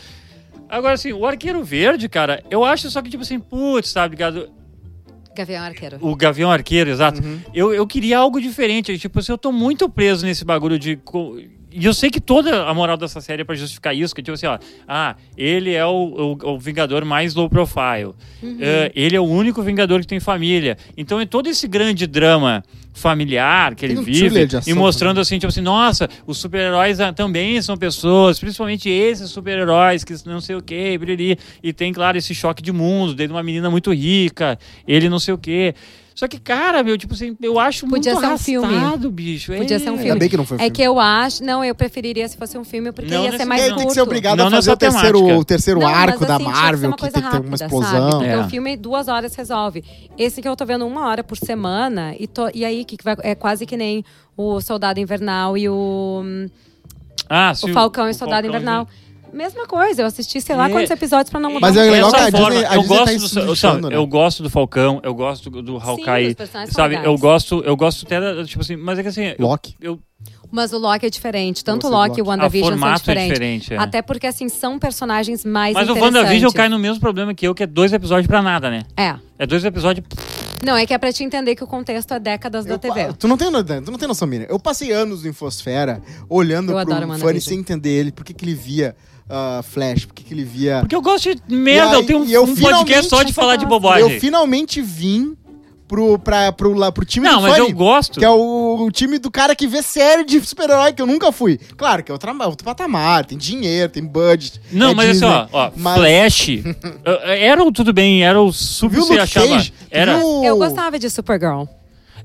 Agora, assim, o Arqueiro Verde, cara, eu acho só que, tipo assim, putz, tá ligado?
Gavião Arqueiro.
O Gavião Arqueiro, exato.
Uhum.
Eu, eu queria algo diferente. Tipo assim, eu tô muito preso nesse bagulho de. co- E eu sei que toda a moral dessa série é pra justificar isso, que é tipo assim, ó. Ah, ele é o, o, o Vingador mais low profile.
Uhum.
Eh, ele é o único Vingador que tem família. Então é todo esse grande drama familiar que
Tem
ele
um
vive.
thriller de ação
E mostrando assim, tipo assim, nossa, os super-heróis ah, também são pessoas, principalmente esses super-heróis que não sei o que, brilhi. E tem, claro, esse choque de mundo, dentro de uma menina muito rica, ele não sei o que. Só que, cara, meu, tipo assim, eu acho
Podia
muito
ser um filme.
arrastado, bicho. É.
Podia ser um
Ainda
filme.
bem que não foi
é
filme.
que eu acho. Não, eu preferiria se fosse um filme, porque
Não
ia ser
nesse-
E
mais
aí
curto.
tem que ser obrigado
Não é
a fazer
nessa
o terceiro,
temática.
o terceiro
Não, mas,
arco da
assim, tinha que ser
Marvel,
uma
que tem
coisa
que ter uma
rápida,
explosão.
Sabe? Porque
É.
o filme, duas horas resolve. Esse que eu tô vendo uma hora por semana, e, tô- e aí que que vai, é quase que nem o Soldado Invernal e o, hum,
Ah, sim,
o Falcão e o Soldado
Falcão
Invernal. Mesma coisa, eu assisti sei lá
É.
quantos episódios pra não mudar.
Mas é
muito.
legal
Dessa
que a Disney-
forma,
a
eu
Disney tá
gosto
se
do,
lixando,
sabe,
né?
eu gosto do Falcão, eu gosto do, do
os
Hawkeye,
personagens são
sabe?
legais.
Eu gosto, eu gosto até, tipo assim, mas é que assim, eu,
Loki.
eu,
Mas o Loki é diferente. Tanto o
Eu gostei do
Loki e o
Ah,
Loki.
WandaVision são
formato é
diferentes.
diferente, é.
Até porque, assim, são personagens mais
mas o
interessantes.
WandaVision cai no mesmo problema que eu, que é dois episódios pra nada, né?
É.
É dois episódios.
Não, é que é pra te entender que o contexto é décadas da
Eu- ah,
TV.
Tu não tem noção, tu não tem noção, Miriam. Eu passei anos no Infosfera olhando
Eu adoro
pro Fanny
WandaVision.
sem entender ele, por que que ele via ah, Flash, por que que ele via.
Porque eu gosto de merda,
E aí-
eu tenho um,
e eu
um podcast só
finalmente-
de falar de
eu
bobagem.
finalmente vim pro, pra, pro, lá- pro time
Não,
do
mas
Fanny,
eu gosto.
Que é o, o time do cara que vê série de super-herói que eu nunca fui. Claro que é outra- outro patamar, tem dinheiro, tem budget.
Não,
é
mas
Disney,
é só, ó,
mas-
Flash. eh, era o tudo bem, era o super
Viu o
você
Luke
achava.
Cage?
Era.
Viu o-
Eu gostava de Supergirl.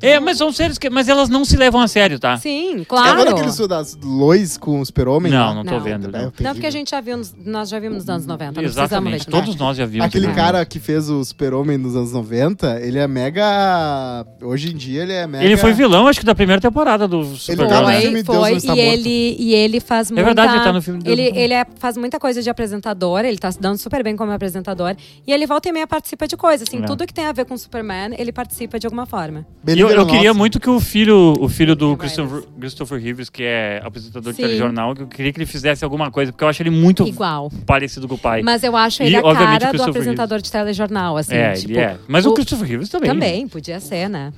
É, mas são séries que. Mas elas não se levam a sério, tá?
Sim,
Tá
claro.
vendo aqueles das Lois com o super-homem?
Não,
lá?
não tô
Não.
vendo. Não.
É terrível.
Não, porque a gente já viu, nos- nós já vimos nos anos 90. Não
Exatamente.
precisamos ver de
Todos nós já vimos.
Aquele
né?
cara que fez o super-homem nos anos 90, ele é mega... Hoje em dia ele é mega...
Ele foi vilão, acho que da primeira temporada do
Ele
Supergirl.
tá no
né?
filme
Foi,
Deus
Então, foi.
Não Está
E
Morto.
ele, e ele faz muita...
verdade, ele tá no filme Deus Não
Ele,
Está Morto.
ele é- faz muita coisa de apresentador, ele tá se dando super bem como apresentador. E ele volta e meia participa de coisa, assim.
É.
Tudo que tem a ver com Superman, ele participa de alguma forma.
E
Ele
Eu,
virou
eu queria
nosso.
muito que o filho, o filho do
Rick
Christopher, Christopher Reeves, que é apresentador
Sim.
de telejornal, que eu queria que ele fizesse alguma coisa, porque eu acho ele muito
Igual.
parecido com o pai.
Mas eu acho
E,
ele a
obviamente,
cara do
Christopher
apresentador de telejornal, assim.
é,
tipo,
ele é. Mas o, Christopher Reeves também.
Também, podia ser, né?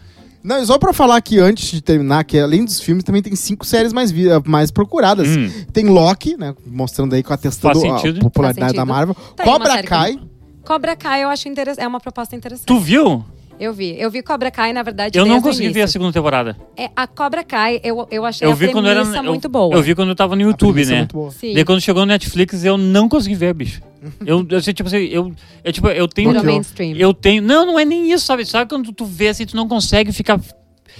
Não, e só pra falar aqui, antes de terminar, que além dos filmes, também tem cinco séries mais, vi- eh, mais procuradas.
Hum.
Tem Loki, né? Mostrando aí com a testando
Faz
a
sentido.
popularidade
Faz sentido.
da Marvel.
Tá aí uma
Cobra
série que-
Kai.
Cobra Kai eu acho interessante. É uma proposta interessante.
Tu viu?
Eu vi. Eu vi Cobra Kai, na verdade,
Eu
desde
não
o
consegui ver a
início.
segunda temporada.
É, a Cobra Kai, eu, eu achei
Eu
a
vi quando
premissa
era. eu-
muito boa.
Eu vi quando eu tava no
A
YouTube,
premissa é
né?
muito boa.
Sim.
Daí quando chegou no Netflix, eu não consegui ver, bicho. Eu, eu sei, tipo assim, eu, eu, tipo, eu tenho.
Virou
Porque eu-
mainstream.
Eu tenho. Não, não é nem isso, sabe? Sabe quando tu vê assim, tu não consegue ficar.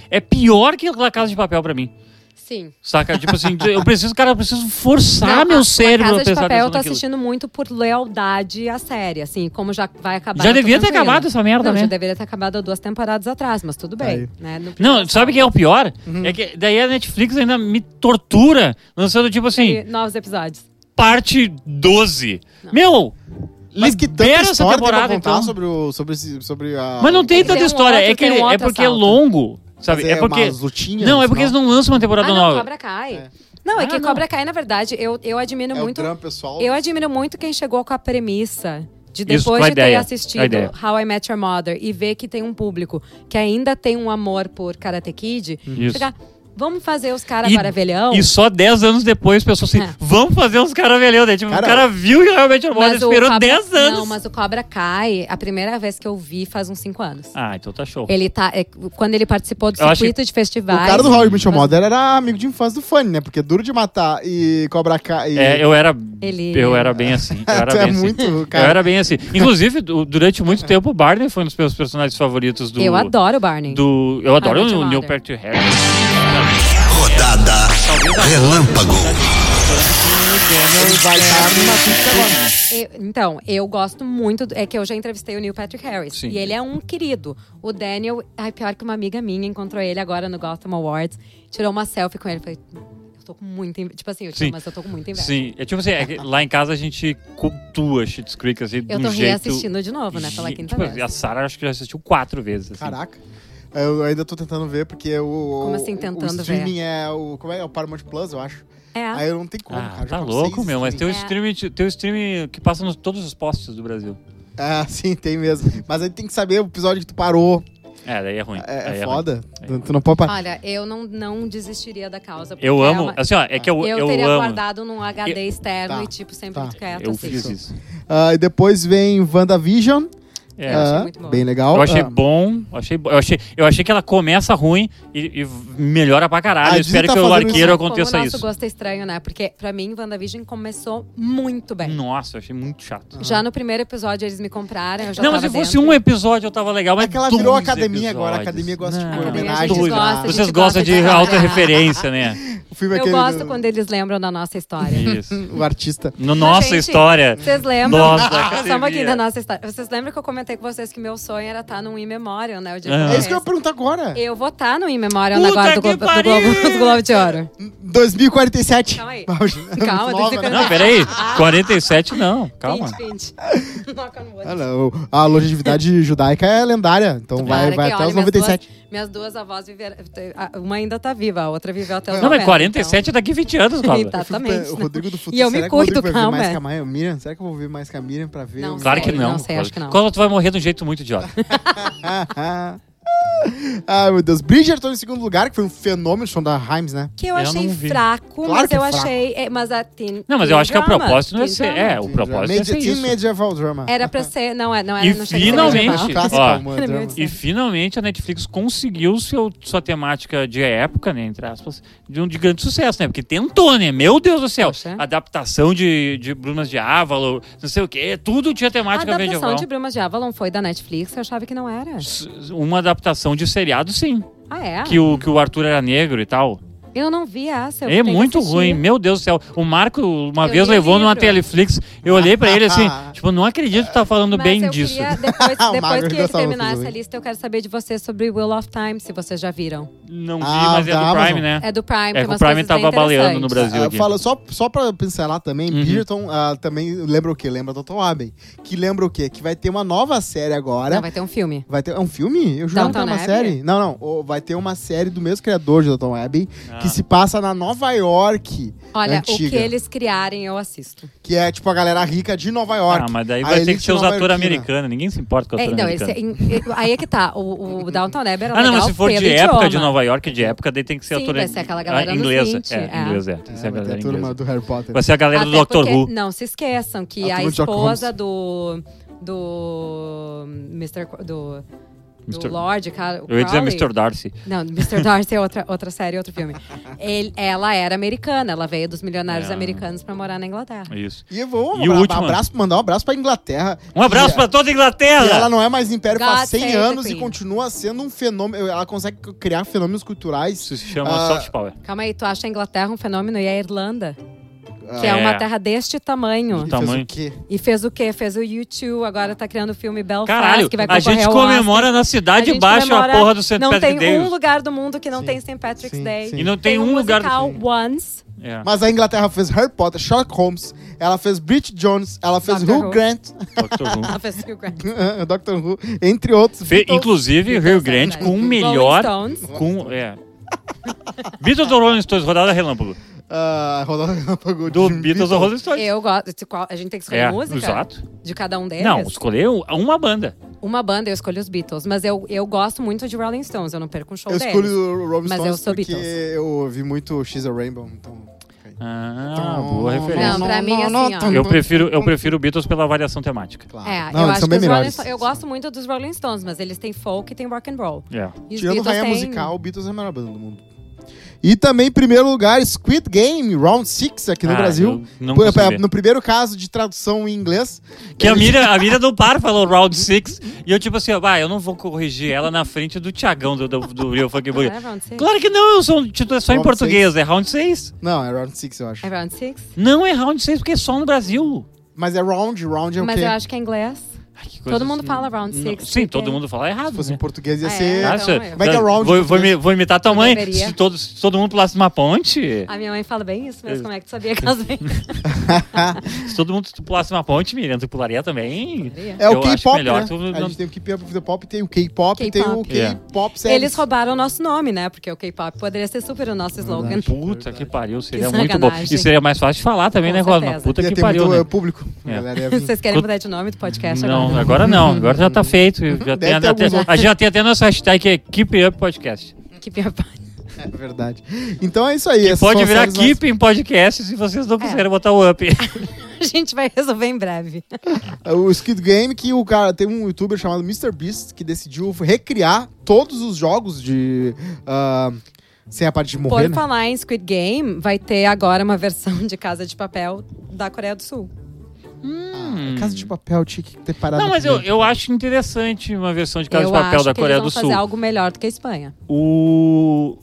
É pior que La Casa de Papel pra mim.
Sim.
Saca? Tipo assim, eu preciso, cara, eu preciso forçar
Não, a-
Tá, meu cérebro
a
a
Casa de
prestar
Papel
atenção
eu tô
naquilo.
assistindo muito por lealdade à série, assim, como já vai acabar.
Já
eu tô
devia ter
tranquila.
acabado essa merda,
Não,
né?
já deveria ter acabado há duas temporadas atrás, mas tudo bem.
Aí.
Né? No-
Não, sabe o que é o pior?
Uhum.
É que daí a Netflix ainda me tortura lançando, tipo assim,
E Novos episódios.
parte 12. Meu,
Mas que tanta
libera essa
história tem pra
temporada,
contar
então.
sobre, o, sobre, esse- sobre a...
mas não tem
tem
tanta
um
história.
outro,
é que
tem
ele-
um
é
outro
porque é
assalto.
longo, sabe?
Fazer
É porque
umas lutinhas
Não, é
no
porque eles
final.
não lançam uma temporada
ah, não,
nova.
Cobra Kai. Não, é
Ah,
que
não.
Cobra Kai, na verdade, eu, eu admiro
É o
muito.
drama pessoal.
Eu admiro muito quem chegou com a premissa de
Isso,
depois
com a
de ter
ideia, com a
assistido
ideia.
How I Met Your Mother e ver que tem um público que ainda tem um amor por Karate Kid,
Isso.
chegar, vamos fazer os caras
E-
agora velhão.
E só 10 anos depois, pessoas assim,
É.
vamos fazer uns caras velhão. Daí, tipo,
Cara,
o cara viu e realmente o
Mas o
esperou
Cobra-
10 anos.
Não, mas o Cobra Kai, a primeira vez que eu vi faz uns 5 anos.
Ah, então tá show.
Ele tá. é, quando ele participou do
Eu acho
circuito de
O
festivais.
cara do Howard Mitchell Mother era amigo de infância do Fanny, né? Porque Duro de Matar e Cobra Kai... e-
É, eu era.
Ele-
Eu era bem assim. Eu era
Tu é
bem assim.
muito,
Eu
cara.
era bem assim. Inclusive, du- durante muito tempo, o Barney foi um dos meus personagens favoritos do.
eu adoro o Barney. é
Do, eu adoro
How I Met Your
o Neil
Mother.
Patrick Harris.
Rodada Relâmpago.
Ele vai estar numa pista agora.
Eu- então, eu gosto muito. do- É que eu já entrevistei o Neil Patrick Harris.
Sim.
E ele é um querido. O Daniel, ai, pior que uma amiga minha, encontrou ele agora no Gotham Awards, tirou uma selfie com ele. Falei, eu tô com muita. inve-" Tipo assim, eu tiro,
Sim.
mas eu tô com muita inveja.
Sim, é tipo assim, é que lá em casa a gente cultua Schitt's Creek assim, de
Eu tô
um jeito...
reassistindo de novo, né, pela
Gi-
quinta
tipo,
vez.
A Sarah acho que já assistiu quatro vezes. assim.
Caraca. Eu ainda tô tentando ver, porque o...
Como assim, tentando
O
ver?
streaming é o... Como é? O Paramount Plus, eu acho.
É.
Aí eu não tenho como,
Ah, tá
cara. Já tô com
louco,
seis
meu, mas tem um
streams.
stream, tem um stream que passa nos todos os postes do Brasil.
Ah, sim, tem mesmo. Mas aí tem que saber o episódio que tu parou.
É, daí é ruim.
É,
Aí
é
ruim.
foda. Tu, tu não pode parar.
Olha, eu não, não desistiria da causa. porque
Eu
é
amo,
uma-
assim, ó, é que eu,
eu,
eu,
teria
amo.
guardado num HD externo
Tá.
e, tipo, sempre
Tá.
muito quieto.
Eu
assim.
fiz isso.
Ah, e depois vem WandaVision.
É.
Ah,
achei muito bom.
bem legal.
Eu achei
Ah,
bom, eu achei, bo- eu achei, eu achei que ela começa ruim e, e melhora pra caralho.
Ah,
eu
dizem
espero
que tá
que o
fazendo
arqueiro
Como o
aconteça
nosso
isso.
gosto é estranho, né? Porque, pra mim, WandaVision começou muito bem.
Nossa, eu achei muito chato.
Já no primeiro episódio, eles me compraram. Eu já
não, mas
tava
se fosse
dentro.
um episódio eu tava legal, mas
É que ela virou
dois
academia agora, a
episódios.
academia gosta de
Não,
pôr
Academia,
é
homenagem. né?
a gente
doido.
gosta, a gente
Vocês gostam
gosta de- tipo,
de autorreferência, né?
O filme é
Eu
aquele
gosto
do-
quando eles lembram da nossa história.
Isso.
O artista.
No nossa
Gente,
história.
Vocês lembram?
É. Nossa,
Estamos aqui
academia.
da nossa história. Vocês lembram que eu comentei com vocês que meu sonho era estar num In Memorial, né? O dia
Ah.
É isso que eu
eu...
ia perguntar agora.
eu vou tá estar no In Memorial
Puta
agora do,
que
Globo, do,
pariu!
Globo, do Globo de Ouro.
2047.
Calma aí.
Calma,
Calma,
Nova, né?
2047.
Não, peraí.
Ah.
47 não, calma.
20, 20. Knock on wood.
Ah, não. A longevidade judaica é lendária, então vai,
Cara,
vai
que
até
olha,
os 97.
Minhas duas, minhas duas avós viveram. a- Uma ainda tá viva, a outra viveu até os
Não,
90.
mas 47 é daqui 20 anos,
então.
cara.
Exatamente. né?
O Rodrigo do futuro.
E eu
será
me
que o Rodrigo
cuido,
vai ver mais que a
calma. é.
Maia- Miriam? Será que eu vou ver mais que a Miriam pra ver?
Não
o-
Claro que
Sério,
não.
não sei, acho que não.
Quando tu vai morrer de um jeito muito idiota.
Ai, meu Deus. Bridgerton em segundo lugar, que foi um fenômeno show da Himes, né?
Que eu,
Eu
achei
não vi.
fraco,
Claro
mas
que é
eu
fraco.
achei. é, Mas a teen,
Não, mas eu
teen
acho que o
drama,
propósito não é
teen
ser.
drama.
É, o propósito é
Medi-
ser
Teen
isso.
Medieval Drama.
Era pra ser. Não, é- não era
E
não chega a ser
finalmente-
medieval.
Um clássico,
ó.
um
Era
drama.
muito-
E finalmente a Netflix conseguiu seu, sua temática de época, né, entre aspas, de um de grande sucesso, né? Porque tentou, né? Meu Deus do céu.
Poxa.
Adaptação de, de Brumas de Ávalo, não sei o quê, tudo tinha
A
temática
adaptação
medieval.
de Brumas de Avalon foi da Netflix, eu achava que não era.
S- Uma adaptação de seriado, sim.
Ah, é?
Que, o, que o Arthur era negro e tal.
Eu não vi essa. eu
é
tenho que
muito
assistir.
ruim, meu Deus do céu. O Marco uma
Eu
vez
li o
levou numa
livro.
Teleflix, eu olhei pra ele assim,
Ah.
tipo, não acredito que tá falando
Mas
bem
eu
disso.
Queria, depois
O Magro
depois que
gostava
ele
dessas
terminar essa
coisas.
lista, eu quero saber de vocês sobre Will of Time, se vocês já viram.
Não vi,
Ah,
mas é
da
do Prime,
Amazon.
né?
É do Prime,
É
tem
que o
umas
Prime
coisas bem
tava baleando no
interessantes.
Brasil
Ah,
aqui.
fala, só, só pra pincelar também,
Uhum.
Bridgerton ah, também lembra o quê? Lembra Total Abbey. Que lembra o quê? Que vai ter uma nova série agora.
Não,
vai...
vai ter um filme.
ter... É um filme? Eu jurava que era
Downton
uma
Abbey?
série. Não, não. Ou Vai ter uma série do mesmo criador de Total Abbey,
Ah.
que se passa na Nova York.
Olha,
antiga,
o que eles criarem, eu assisto.
que é tipo a galera rica de Nova York.
Ah, mas daí
A
vai ter que
elite
ser os
nova
atores
iorquina.
americanos. Ninguém se importa com o
É,
ator
não, esse-
americano.
em- em- aí é que tá. O, o Downton Abbey era
Ah, não,
legal
mas se for de
pelo
época
idioma.
de Nova York, de época, daí tem que ser
Sim,
ator
vai ser aquela
ah,
galera dos
inglesa.
20,
é,
é.
inglesa, é. Tem que ser
É,
a
vai ter
galera
a turma
inglesa.
do Harry Potter.
Vai ser a galera do
Até
Doctor
porque,
Who.
não se esqueçam que
A
a,
turma de Sherlock
esposa do do Mr. Qu- do do
Mr.
Lorde, cara.
Eu ia dizer Mr. Darcy.
Não, Mr. Darcy é outra, outra série, outro filme. Ele- ela era americana, ela veio dos milionários
É.
americanos pra morar na Inglaterra.
Isso.
E eu vou
E o
abra-
último?
abraço, mandar um abraço pra Inglaterra.
Um abraço
que,
pra toda a
que
Inglaterra!
ela não é mais império
God
faz
save
100
the
anos e
Queen.
continua sendo um fenômeno. Ela consegue criar fenômenos culturais.
Isso se chama
Ah,
soft power.
Calma aí, tu acha a Inglaterra um fenômeno e a Irlanda, que é,
É.
uma terra deste tamanho.
E
Então-
fez
tamanho.
o quê?
E fez o quê? Fez o U2, agora tá criando o filme Belfast,
Caralho,
que vai
a gente
concorrer ao Oscar.
comemora na
A
Cidade
gente
Baixa a
comemora-
porra do St.
Não
Patrick
tem
Day.
um lugar do mundo que não
Sim.
tem St. Patrick's
Sim,
Day.
sim.
E não tem, um
um
lugar...
musical Once.
É.
Mas a Inglaterra fez Harry Potter, Sherlock Holmes, ela fez Bridget Jones, ela fez
Doctor
Hugh
Who.
Grant,
Doctor Who.
Ela fez Hugh Grant.
É, Doctor Who, entre outros.
Fe-
Então,
Beatles.
inclusive,
Beatles,
Rio Grande
né?
com o
Rolling
melhor.
Stones.
Com, é. Beatles ou Rolling Stones, rodada relâmpago.
Ah, Ronaldo Relâmpago
Do
de
Beatles ou Rolling Stones.
Eu gosto. de qual- A gente tem que escolher
É,
música
exato.
de cada um deles.
Não, escolheu uma banda.
Uma banda, eu escolho os Beatles. Mas eu, eu gosto muito de Rolling Stones. Eu não perco um show
Eu
deles.
escolho o Rolling
Mas
Stones
eu sou
porque
Beatles.
eu ouvi muito She's a Rainbow, então...
Ah, boa
Não,
referência.
pra mim é assim, ó.
Eu prefiro, eu prefiro Beatles pela variação temática.
Claro.
É,
Não,
eu
eles
acho que
são bem
os Rolling
melhores.
Stones, Eu gosto muito dos Rolling Stones, mas eles têm folk e têm rock and roll.
É.
E os
Tirando
Beatles
rainha
têm-
musical, Beatles é a melhor banda do mundo. E também, em primeiro lugar, Squid Game, Round 6 aqui no
Ah,
Brasil.
eu não
P-
consigo
é,
ver.
no primeiro caso de tradução em inglês.
Que a
eles-
Miriam, a Miriam do par falou Round six e eu tipo assim, ó, bah, eu não vou corrigir ela na frente do Tiagão do, do, do Real Funk Boy.
É Round Six?
Claro que não, eu sou um título é só em
Round
português, é Round 6.
Não, é Round 6, eu acho.
É Round Six?
Não é Round 6 porque é só no Brasil.
Mas é Round, Round é o
Mas
quê?
eu acho que é inglês.
Ai, que
Todo
coisa
mundo
assim.
fala Round
Não,
Six,
Sim,
porque-
todo mundo fala errado.
Se fosse
né?
em português ia
Ah, é?
ser...
Ah,
Então,
se-
é.
se-
Vai que é round
vou,
de
vou, imi- vou imitar tua
Eu
mãe.
deveria.
Se todo, se todo mundo pulasse uma ponte.
A minha mãe fala bem isso, mas
É.
como é que tu sabia que elas vêm? Ah.
Se todo mundo pulasse uma ponte, Miriam, tu pularia também.
Pularia.
É o
Eu acho
K-pop, né?
melhor tu
A
não-
gente tem o K-pop, tem o K-pop, tem o
K-pop.
É.
K-pop séries.
Eles roubaram o nosso nome, né? Porque o K-pop poderia ser super o nosso slogan.
Puta que pariu, seria
Que
muito bom. E
sacanagem.
seria mais fácil de falar também,
é Com
né, Rosma?
certeza.
Puta
Ia
que
ter
pariu,
muito
né?
eh, público.
É.
A galera ia vir.
Vocês querem mudar de nome do podcast
Não,
agora? Uhum.
agora não, agora já tá feito. eu Já
Deve
tem
ter
até,
alguns
a gente já tem até nossa hashtag que é Keep Up Podcast.
Keep your
É verdade. Então é isso aí. essas
Pode
são as
virar
séries mais-
Keep em Podcast se vocês não quiserem botar o up.
A gente vai resolver em breve.
O Squid Game, que o cara tem um youtuber chamado MrBeast que decidiu recriar todos os jogos de. ah, sem a parte de morrer.
Por
né?
falar em Squid Game, vai ter agora uma versão de Casa de Papel da Coreia do Sul.
Hum.
Casa de papel tinha que ter parado.
Não, mas eu,
primeiro.
eu acho interessante uma versão de Casa
eu
de Papel
acho
da
que
Coreia
eles vão
do Sul.
fazer algo melhor do que a Espanha.
O.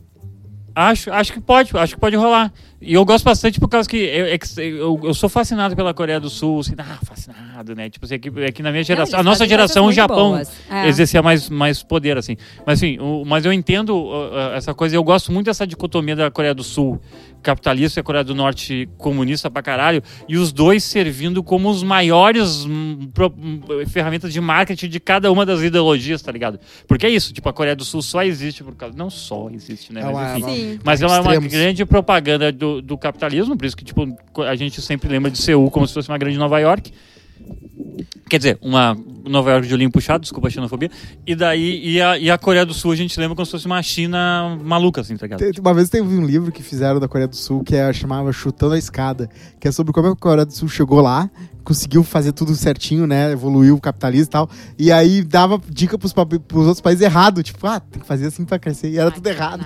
Acho, acho que pode, acho que pode rolar. E eu gosto bastante por causa que eu, é que eu, eu sou fascinado pela Coreia do Sul, assim, ah, fascinado, né? Tipo assim, aqui, aqui na minha geração,
eles
a nossa
fazem
geração, o
coisas muito
Japão
boas. É.
exercia mais, mais poder, assim. Mas assim, o- mas eu entendo uh, uh, essa coisa, eu gosto muito dessa dicotomia da Coreia do Sul capitalista e a Coreia do Norte comunista pra caralho, e os dois servindo como os maiores hum, pro- hum, ferramentas de marketing de cada uma das ideologias, tá ligado? Porque é isso, tipo, a Coreia do Sul só existe por causa. Não só existe, né?
É
Mas,
uma-
enfim.
Sim.
Sim.
Mas ela é uma
Extremos.
grande propaganda do, do capitalismo, por isso que tipo, a gente sempre lembra de Seul como se fosse uma grande Nova York. Quer dizer, uma Nova York de olhinho puxado, desculpa a xenofobia. E daí, e a, e a Coreia do Sul a gente lembra como se fosse uma China maluca, assim, tá ligado?
Te- Uma vez teve um livro que fizeram da Coreia do Sul que é, chamava Chutando a Escada, que é sobre como a Coreia do Sul chegou lá, conseguiu fazer tudo certinho, né? Evoluiu o capitalismo e tal. E aí dava dica pros, pa- pros outros países errado. Tipo, ah, tem que fazer assim pra crescer. E era tudo errado.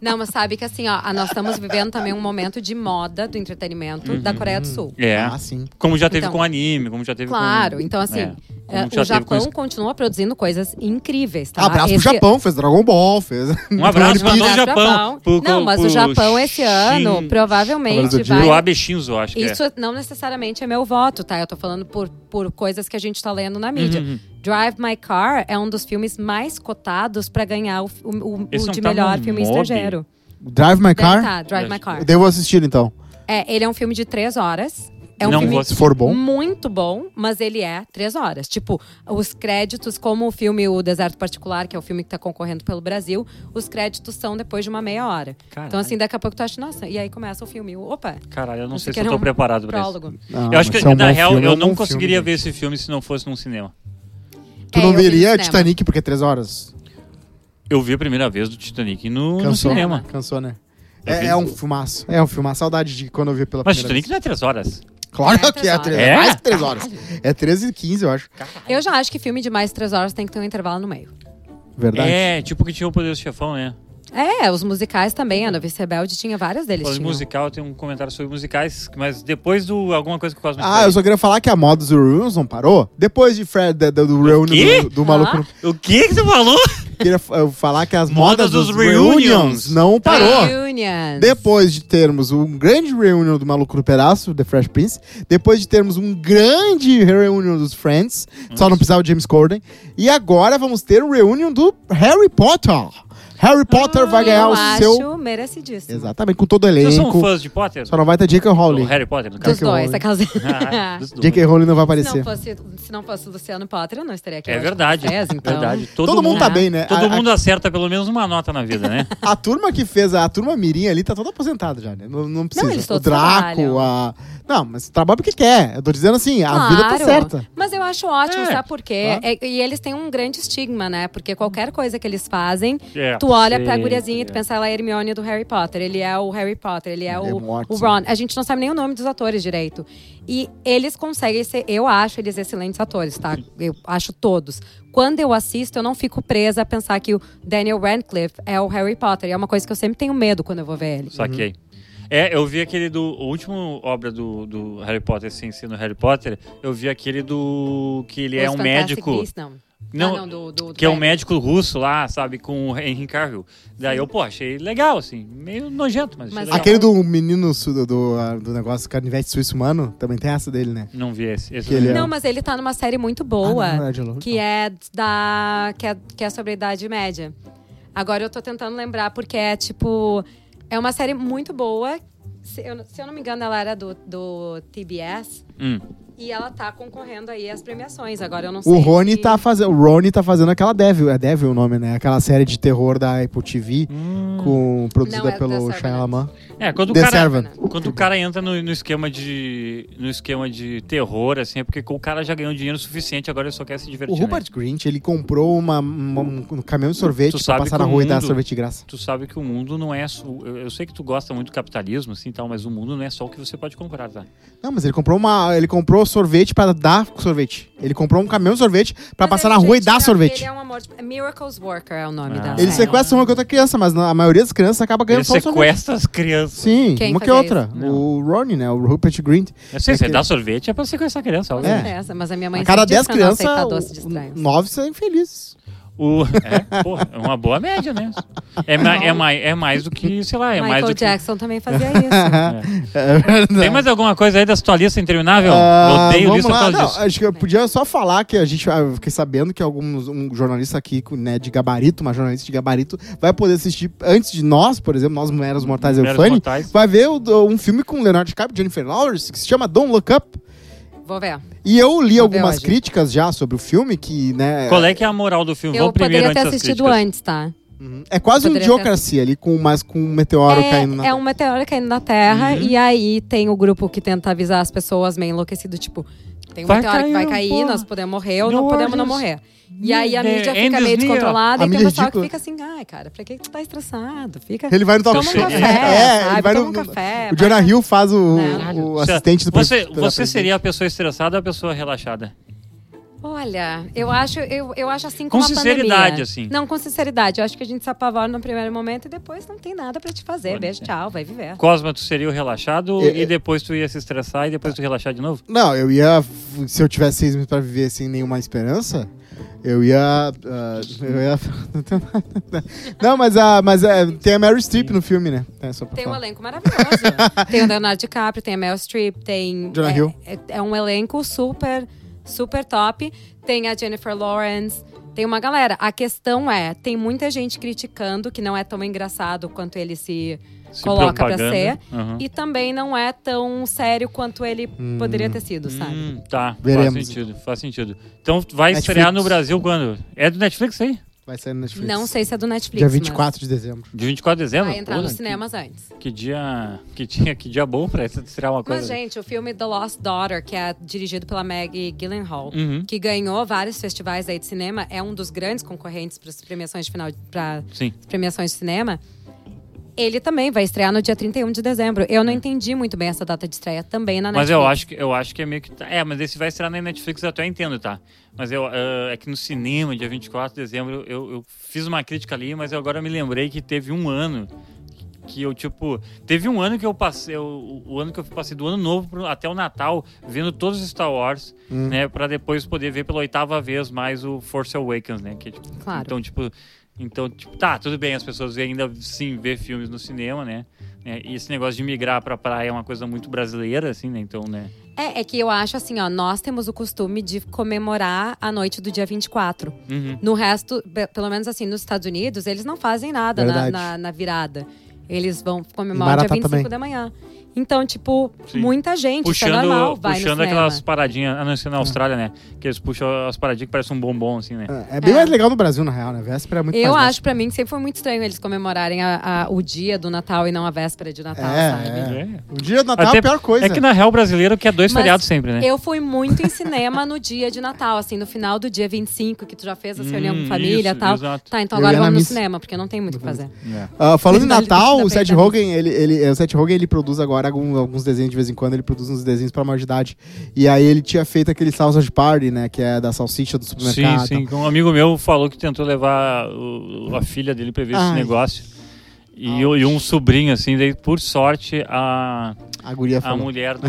Não, mas sabe que assim, ó, a- nós estamos vivendo também um momento de moda do entretenimento da Coreia do Sul.
É.
Ah, sim.
Como já teve
Então.
com anime, como já teve com.
Claro, então assim,
É, como
eh,
já teve
o Japão
com isso.
continua produzindo coisas incríveis, tá?
Abraço
Esse-
pro Japão, fez Dragon Ball, fez.
Um abraço pra todo o
Abraço pro
Japão. pro-
Não, mas o
pro
Japão
Shin-
esse ano
Agora
provavelmente
do dia.
Pro
vai.
Abe Shinzo, acho que é.
Isso não necessariamente é meu voto, tá? Eu tô falando por, por coisas que a gente tá lendo na mídia.
Uhum.
Drive My Car é um dos filmes mais cotados pra ganhar o, fi- o- o-
Esse
o
não
de
tá
melhor
no
filme
Mob?
estrangeiro.
Drive
Deve
My Car?
tá, Drive My Car.
Eu Devo assistir então.
É, ele é um filme de três horas. É um
Não
filme
vou Hum.
Se for bom.
muito bom, mas ele é três horas. Tipo, os créditos, como o filme O Deserto Particular, que é o filme que tá concorrendo pelo Brasil, os créditos são depois de uma meia hora.
Caralho.
Então, assim, daqui a pouco tu acha, nossa, e aí começa o filme. Opa!
Caralho, eu não sei
Pensei que
se eu
era
tô
um
preparado pra isso.
prólogo.
Ah,
eu acho
mas
que,
é um
na
bom
real,
filme, é
eu
um
não
bom
conseguiria
filme,
ver esse filme se não fosse num cinema.
Tu
É,
não
eu vi no
veria
cinema.
Titanic porque é três horas.
Eu vi a primeira vez do Titanic no, no
Cansou.
cinema.
Cansou, né?
Eu
É,
vi.
é um filmaço. É um filmaço. Saudade de quando eu vi pela
Mas
primeira vez.
Titanic não é três horas.
Claro
É
que é
três
três
horas.
horas. Mais
É?
três horas. É 13 e 15, eu acho.
Eu já acho que filme de mais três horas tem que ter um intervalo no meio.
Verdade.
É, tipo que tinha o Poderoso Chefão, né?
É, os musicais também. A Novice Rebelde tinha várias deles.
Falando em
tinham.
musical, eu tenho um comentário sobre musicais, mas depois do alguma coisa que o Cosmo
Ah, eu só queria falar que a moda dos Reunions não parou. Depois de Fred, da- da- do Reunion
quê?
do, do maluco.
Ah.
no-
O que que tu falou?
Queria f- eu falar que as
Moda
modas dos,
dos
reunions,
Reunions. Ah,
não parou.
Reunions.
Depois de termos um grande reunion do Maluco no Pedaço, The Fresh Prince, depois de termos um grande reunion dos Friends, só não precisava o James Corden, e agora vamos ter o reunion do Harry Potter. Harry Potter vai
Ah,
ganhar
eu
o
acho
seu...
merecidíssimo.
Exatamente, com todo o
Vocês são
elenco.
fãs é de Potter?
Só não vai ter J.K.
Do
Rowling.
Harry Potter, no caso.
Dos
que
dois,
eu-
aquelas...
Ah, dos dois.
J.K. Rowling não vai
se, não
aparecer.
fosse, se não fosse Luciano Potter, eu não estaria aqui.
É
hoje
verdade.
com vocês, então.
verdade. Todo, é.
Todo, mundo tá bem, né?
Todo
A- a-
mundo acerta pelo menos uma nota na vida, né?
A turma que fez a, a turma Mirim ali tá toda aposentada já, né? Não, não precisa.
eles
o
todos
Draco,
trabalham.
a. Não, mas trabalha porque quer. Eu tô dizendo assim, a
Claro,
vida tá certa.
Mas eu acho ótimo,
É.
sabe por quê? É, e eles têm um grande estigma, né? Porque qualquer coisa que eles fazem,
É,
tu olha pra
sempre,
guriazinha e tu
é.
pensa, ela é a Hermione do Harry Potter, ele é o Harry Potter, ele é,
Ele é
o,
Watson.
o Ron. A gente não sabe nem o nome dos atores direito. E eles conseguem ser, eu acho eles excelentes atores, tá? Eu acho todos. Quando eu assisto, eu não fico presa a pensar que o Daniel Radcliffe é o Harry Potter. E é uma coisa que eu sempre tenho medo quando eu vou ver ele.
Saquei. É, eu vi aquele do. A última obra do, do Harry Potter, sem ser no Harry Potter, eu vi aquele do. que ele é
Os
um
Fantastic
médico.
Beasts, não.
Não,
Ah, não, do- do- do
que é um
Harry.
médico russo lá, sabe, com o Henry Cavill. Daí eu, pô, achei legal, assim, meio nojento, mas, achei
Mas
legal.
Aquele do menino su- do, do, ah, do negócio Carnivete Suíço Humano, também tem essa dele, né?
Não vi esse. esse
Que ele é-
Não, mas ele tá numa série muito
Ah, não,
boa.
é de louco.
que é da. Que é, que é sobre a Idade Média. Agora eu tô tentando lembrar, porque é tipo. É uma série muito boa. Se eu, se eu não me engano, ela era do, do TBS.
Hum.
E ela tá concorrendo aí às premiações. Agora eu não sei.
O Rony
se-
tá fazendo. O Rony tá fazendo aquela Devil. É Devil o nome, né? Aquela série de terror da Apple TV, com, produzida
Hum. Não, é The
pelo
Servant.
Shyamalan.
É, quando o
The
cara.
Servant.
Quando o cara entra no, no esquema de. no esquema de terror, assim, é porque o cara já ganhou dinheiro suficiente, agora ele só quer se
O
divertir. né?
Rupert Grinch, ele comprou uma, uma- um caminhão de sorvete
Tu
pra
sabe
passar
que
na
o
rua e dar
mundo-
sorvete de graça.
Tu sabe que o mundo não é. su- Eu eu sei que tu gosta muito do capitalismo, assim tal, mas o mundo não é só o que você pode comprar, tá?
Não, mas ele comprou uma. Ele comprou sorvete pra dar sorvete. Ele comprou um caminhão de sorvete pra
Mas
passar
ele,
na rua e
gente,
dar
ele é-
sorvete.
Ele é um amor. de- Miracles Worker é o nome
Ah.
da
Ele
Ele
série.
sequestra uma que outra criança, mas na- a maioria das crianças acaba ganhando
Ele
só o sorvete.
sequestra as crianças.
Sim,
Quem
uma que
fazia
outra.
isso?
O Ronnie, né? O Rupert Grint.
Eu sei,
É
você
que-
dá sorvete é pra sequestrar a criança,
Com
óbvio.
É.
certeza, Mas a minha mãe
A cada
sempre
10
diz pra não
crianças, é
aceitar tá doce de estranho.
9 são infelizes.
O, é, porra, é uma boa média, né? É, ma- é, mais, é mais do que, sei lá, é mais
Michael
do que.
Jackson também fazia isso.
É verdade.
Tem mais um, alguma coisa aí da sua lista interminável?
Ah,
Odeio
vamos
lista por
lá.
causa
Não,
disso.
acho que eu podia só falar que a gente ah, eu fiquei sabendo que alguns um jornalista aqui com, né, de gabarito, uma jornalista de gabarito, vai poder assistir antes de nós, por exemplo, nós mulheres mortais
Mulheres
Eufane,
Mortais.
vai ver o- um filme com Leonardo DiCaprio, e Jennifer Lawrence que se chama Don't Look Up.
Vou ver.
E eu
Vou
li
ver
algumas
hoje.
críticas já sobre o filme que, né,
Qual é que é a moral do filme?
Eu
Vamos primeiro
poderia ter
antes das
assistido
críticas.
antes, tá?
é quase um
Poderia ter
idiocracia ali com mas com um meteoro
é,
caindo na Uhum.
é um meteoro caindo na Terra e aí tem o grupo que tenta avisar as pessoas meio enlouquecido, tipo, tem um
Vai
meteoro que vai
cair,
cair,
porra.
nós podemos morrer ou
New
não podemos não
Orleans.
morrer. E aí a
The
mídia
end
fica
is
meio
near.
descontrolada
A
e tem
mídia é
pessoal
ridícula.
que fica assim, ai, cara, pra que que tu tá estressado? Fica.
Ele vai no talk
Toma um
show.
café,
é, ele
sabe?
vai
Toma
no,
um café,
O
vai-
Jonah Hill faz o,
Né?
o
Você-
assistente do
Você,
pres-
você
da
seria a pessoa estressada ou a pessoa relaxada?
Olha, eu acho, eu, eu acho assim
Com
como a
sinceridade,
pandemia.
assim.
Não, com sinceridade. Eu acho que a gente se apavora no primeiro momento e depois não tem nada pra te fazer.
Olha,
Beijo, tchau, vai viver.
Cosma, tu seria o relaxado
É, é.
e depois tu ia se estressar e depois tu relaxar de novo?
Não, eu ia. Se eu tivesse seis meses pra viver sem nenhuma esperança, eu ia. ah, eu ia. Não tenho nada. Não, mas, a, mas ah, tem a Mary Streep no filme, né? É só pra
Tem um
falar.
elenco maravilhoso. tem o Leonardo DiCaprio, tem a Mel Streep, tem.
Jonah
é,
Hill.
É, é um elenco super, super top. Tem a Jennifer Lawrence. Tem uma galera. A questão é, tem muita gente criticando que não é tão engraçado quanto ele se,
Se
coloca pra
propaganda.
ser.
Uhum.
E também não é tão sério quanto ele poderia ter sido, sabe?
Hum, tá, faz
Veremos.
sentido, faz sentido. Então tu vai
Netflix.
estrear no Brasil quando? É do Netflix aí?
Vai sair no Netflix.
Não sei se é do Netflix.
Dia
mas
24 de dezembro.
De 24 de dezembro?
Vai entrar
Pô,
nos
que-
cinemas antes.
Que, dia, que dia, que dia bom pra estrear uma coisa. assim.
Mas, gente, o filme The Lost Daughter, que é dirigido pela Maggie Gyllenhaal,
Uhum.
que ganhou vários festivais aí de cinema, é um dos grandes concorrentes para as premiações de final para
Sim.
premiações de cinema. Ele também vai estrear no dia 31 de dezembro. Eu não entendi muito bem essa data de estreia também na
É. Mas
Netflix.
eu acho, que, eu acho que é meio que. tá- É, mas esse vai estrear na Netflix, eu até entendo, tá? Mas eu, ah, é que no cinema, dia 24 de dezembro, eu, eu fiz uma crítica ali, mas eu agora me lembrei que teve um ano que eu, tipo. Teve um ano que eu passei. eu- o, o ano que eu passei do ano novo pro- até o Natal, vendo todos os Star Wars,
Hum.
né? Pra depois poder ver pela oitava vez mais o Force Awakens, né? Que, tipo,
Claro.
Então, tipo. Então, tipo, tá, tudo bem, as pessoas ainda sim vê filmes no cinema, né? É, e esse negócio de migrar pra praia é uma coisa muito brasileira, assim, né? Então, né?
É, é que eu acho assim, ó, nós temos o costume de comemorar a noite do dia 24.
Uhum.
No resto, pe- pelo menos assim, nos Estados Unidos, eles não fazem nada na,
Verdade.
na- na virada. Eles vão comemorar o dia
Em Maratá
25
também.
da manhã. Então, tipo,
Sim.
muita gente, isso é
Puxando,
normal, vai
puxando
no cinema.
aquelas paradinhas, a não ser na Austrália, né? Que eles puxam as paradinhas que parecem um bombom, assim, né?
Hum. É, é bem mais legal no Brasil, na real, né? Véspera é muito
Eu
mais
acho, pra mim, que sempre foi muito estranho eles comemorarem a- a- o dia do Natal e não a véspera de Natal, sabe?
É, é. O dia do Natal é
Até-
a pior coisa.
É que na real brasileiro que é dois
Mas
feriados sempre, né?
Eu fui muito em cinema no dia de Natal, assim, no final do dia 25, que tu já fez a reunião
Hum,
com família e
isso,
tal.
exato.
Tá, então
Eu
agora
ia na
vamos no
missa.
cinema, porque não tem muito o que fazer.
É.
Ah, falando em
Verdade,
Natal,
da
o Seth
verdade.
Rogen, ele, ele, é, o Seth Rogen, ele produz agora algum- alguns desenhos de vez em quando, ele produz uns desenhos pra maior de idade. E aí ele tinha feito aquele Sausage Party, né, que é da salsicha do
Sim,
supermercado.
sim. Um amigo meu falou que tentou levar o- a filha dele pra ver esse
Ai.
negócio. E, eu- e um sobrinho, assim, daí, por sorte, a,
A guria
a
falou.
mulher do,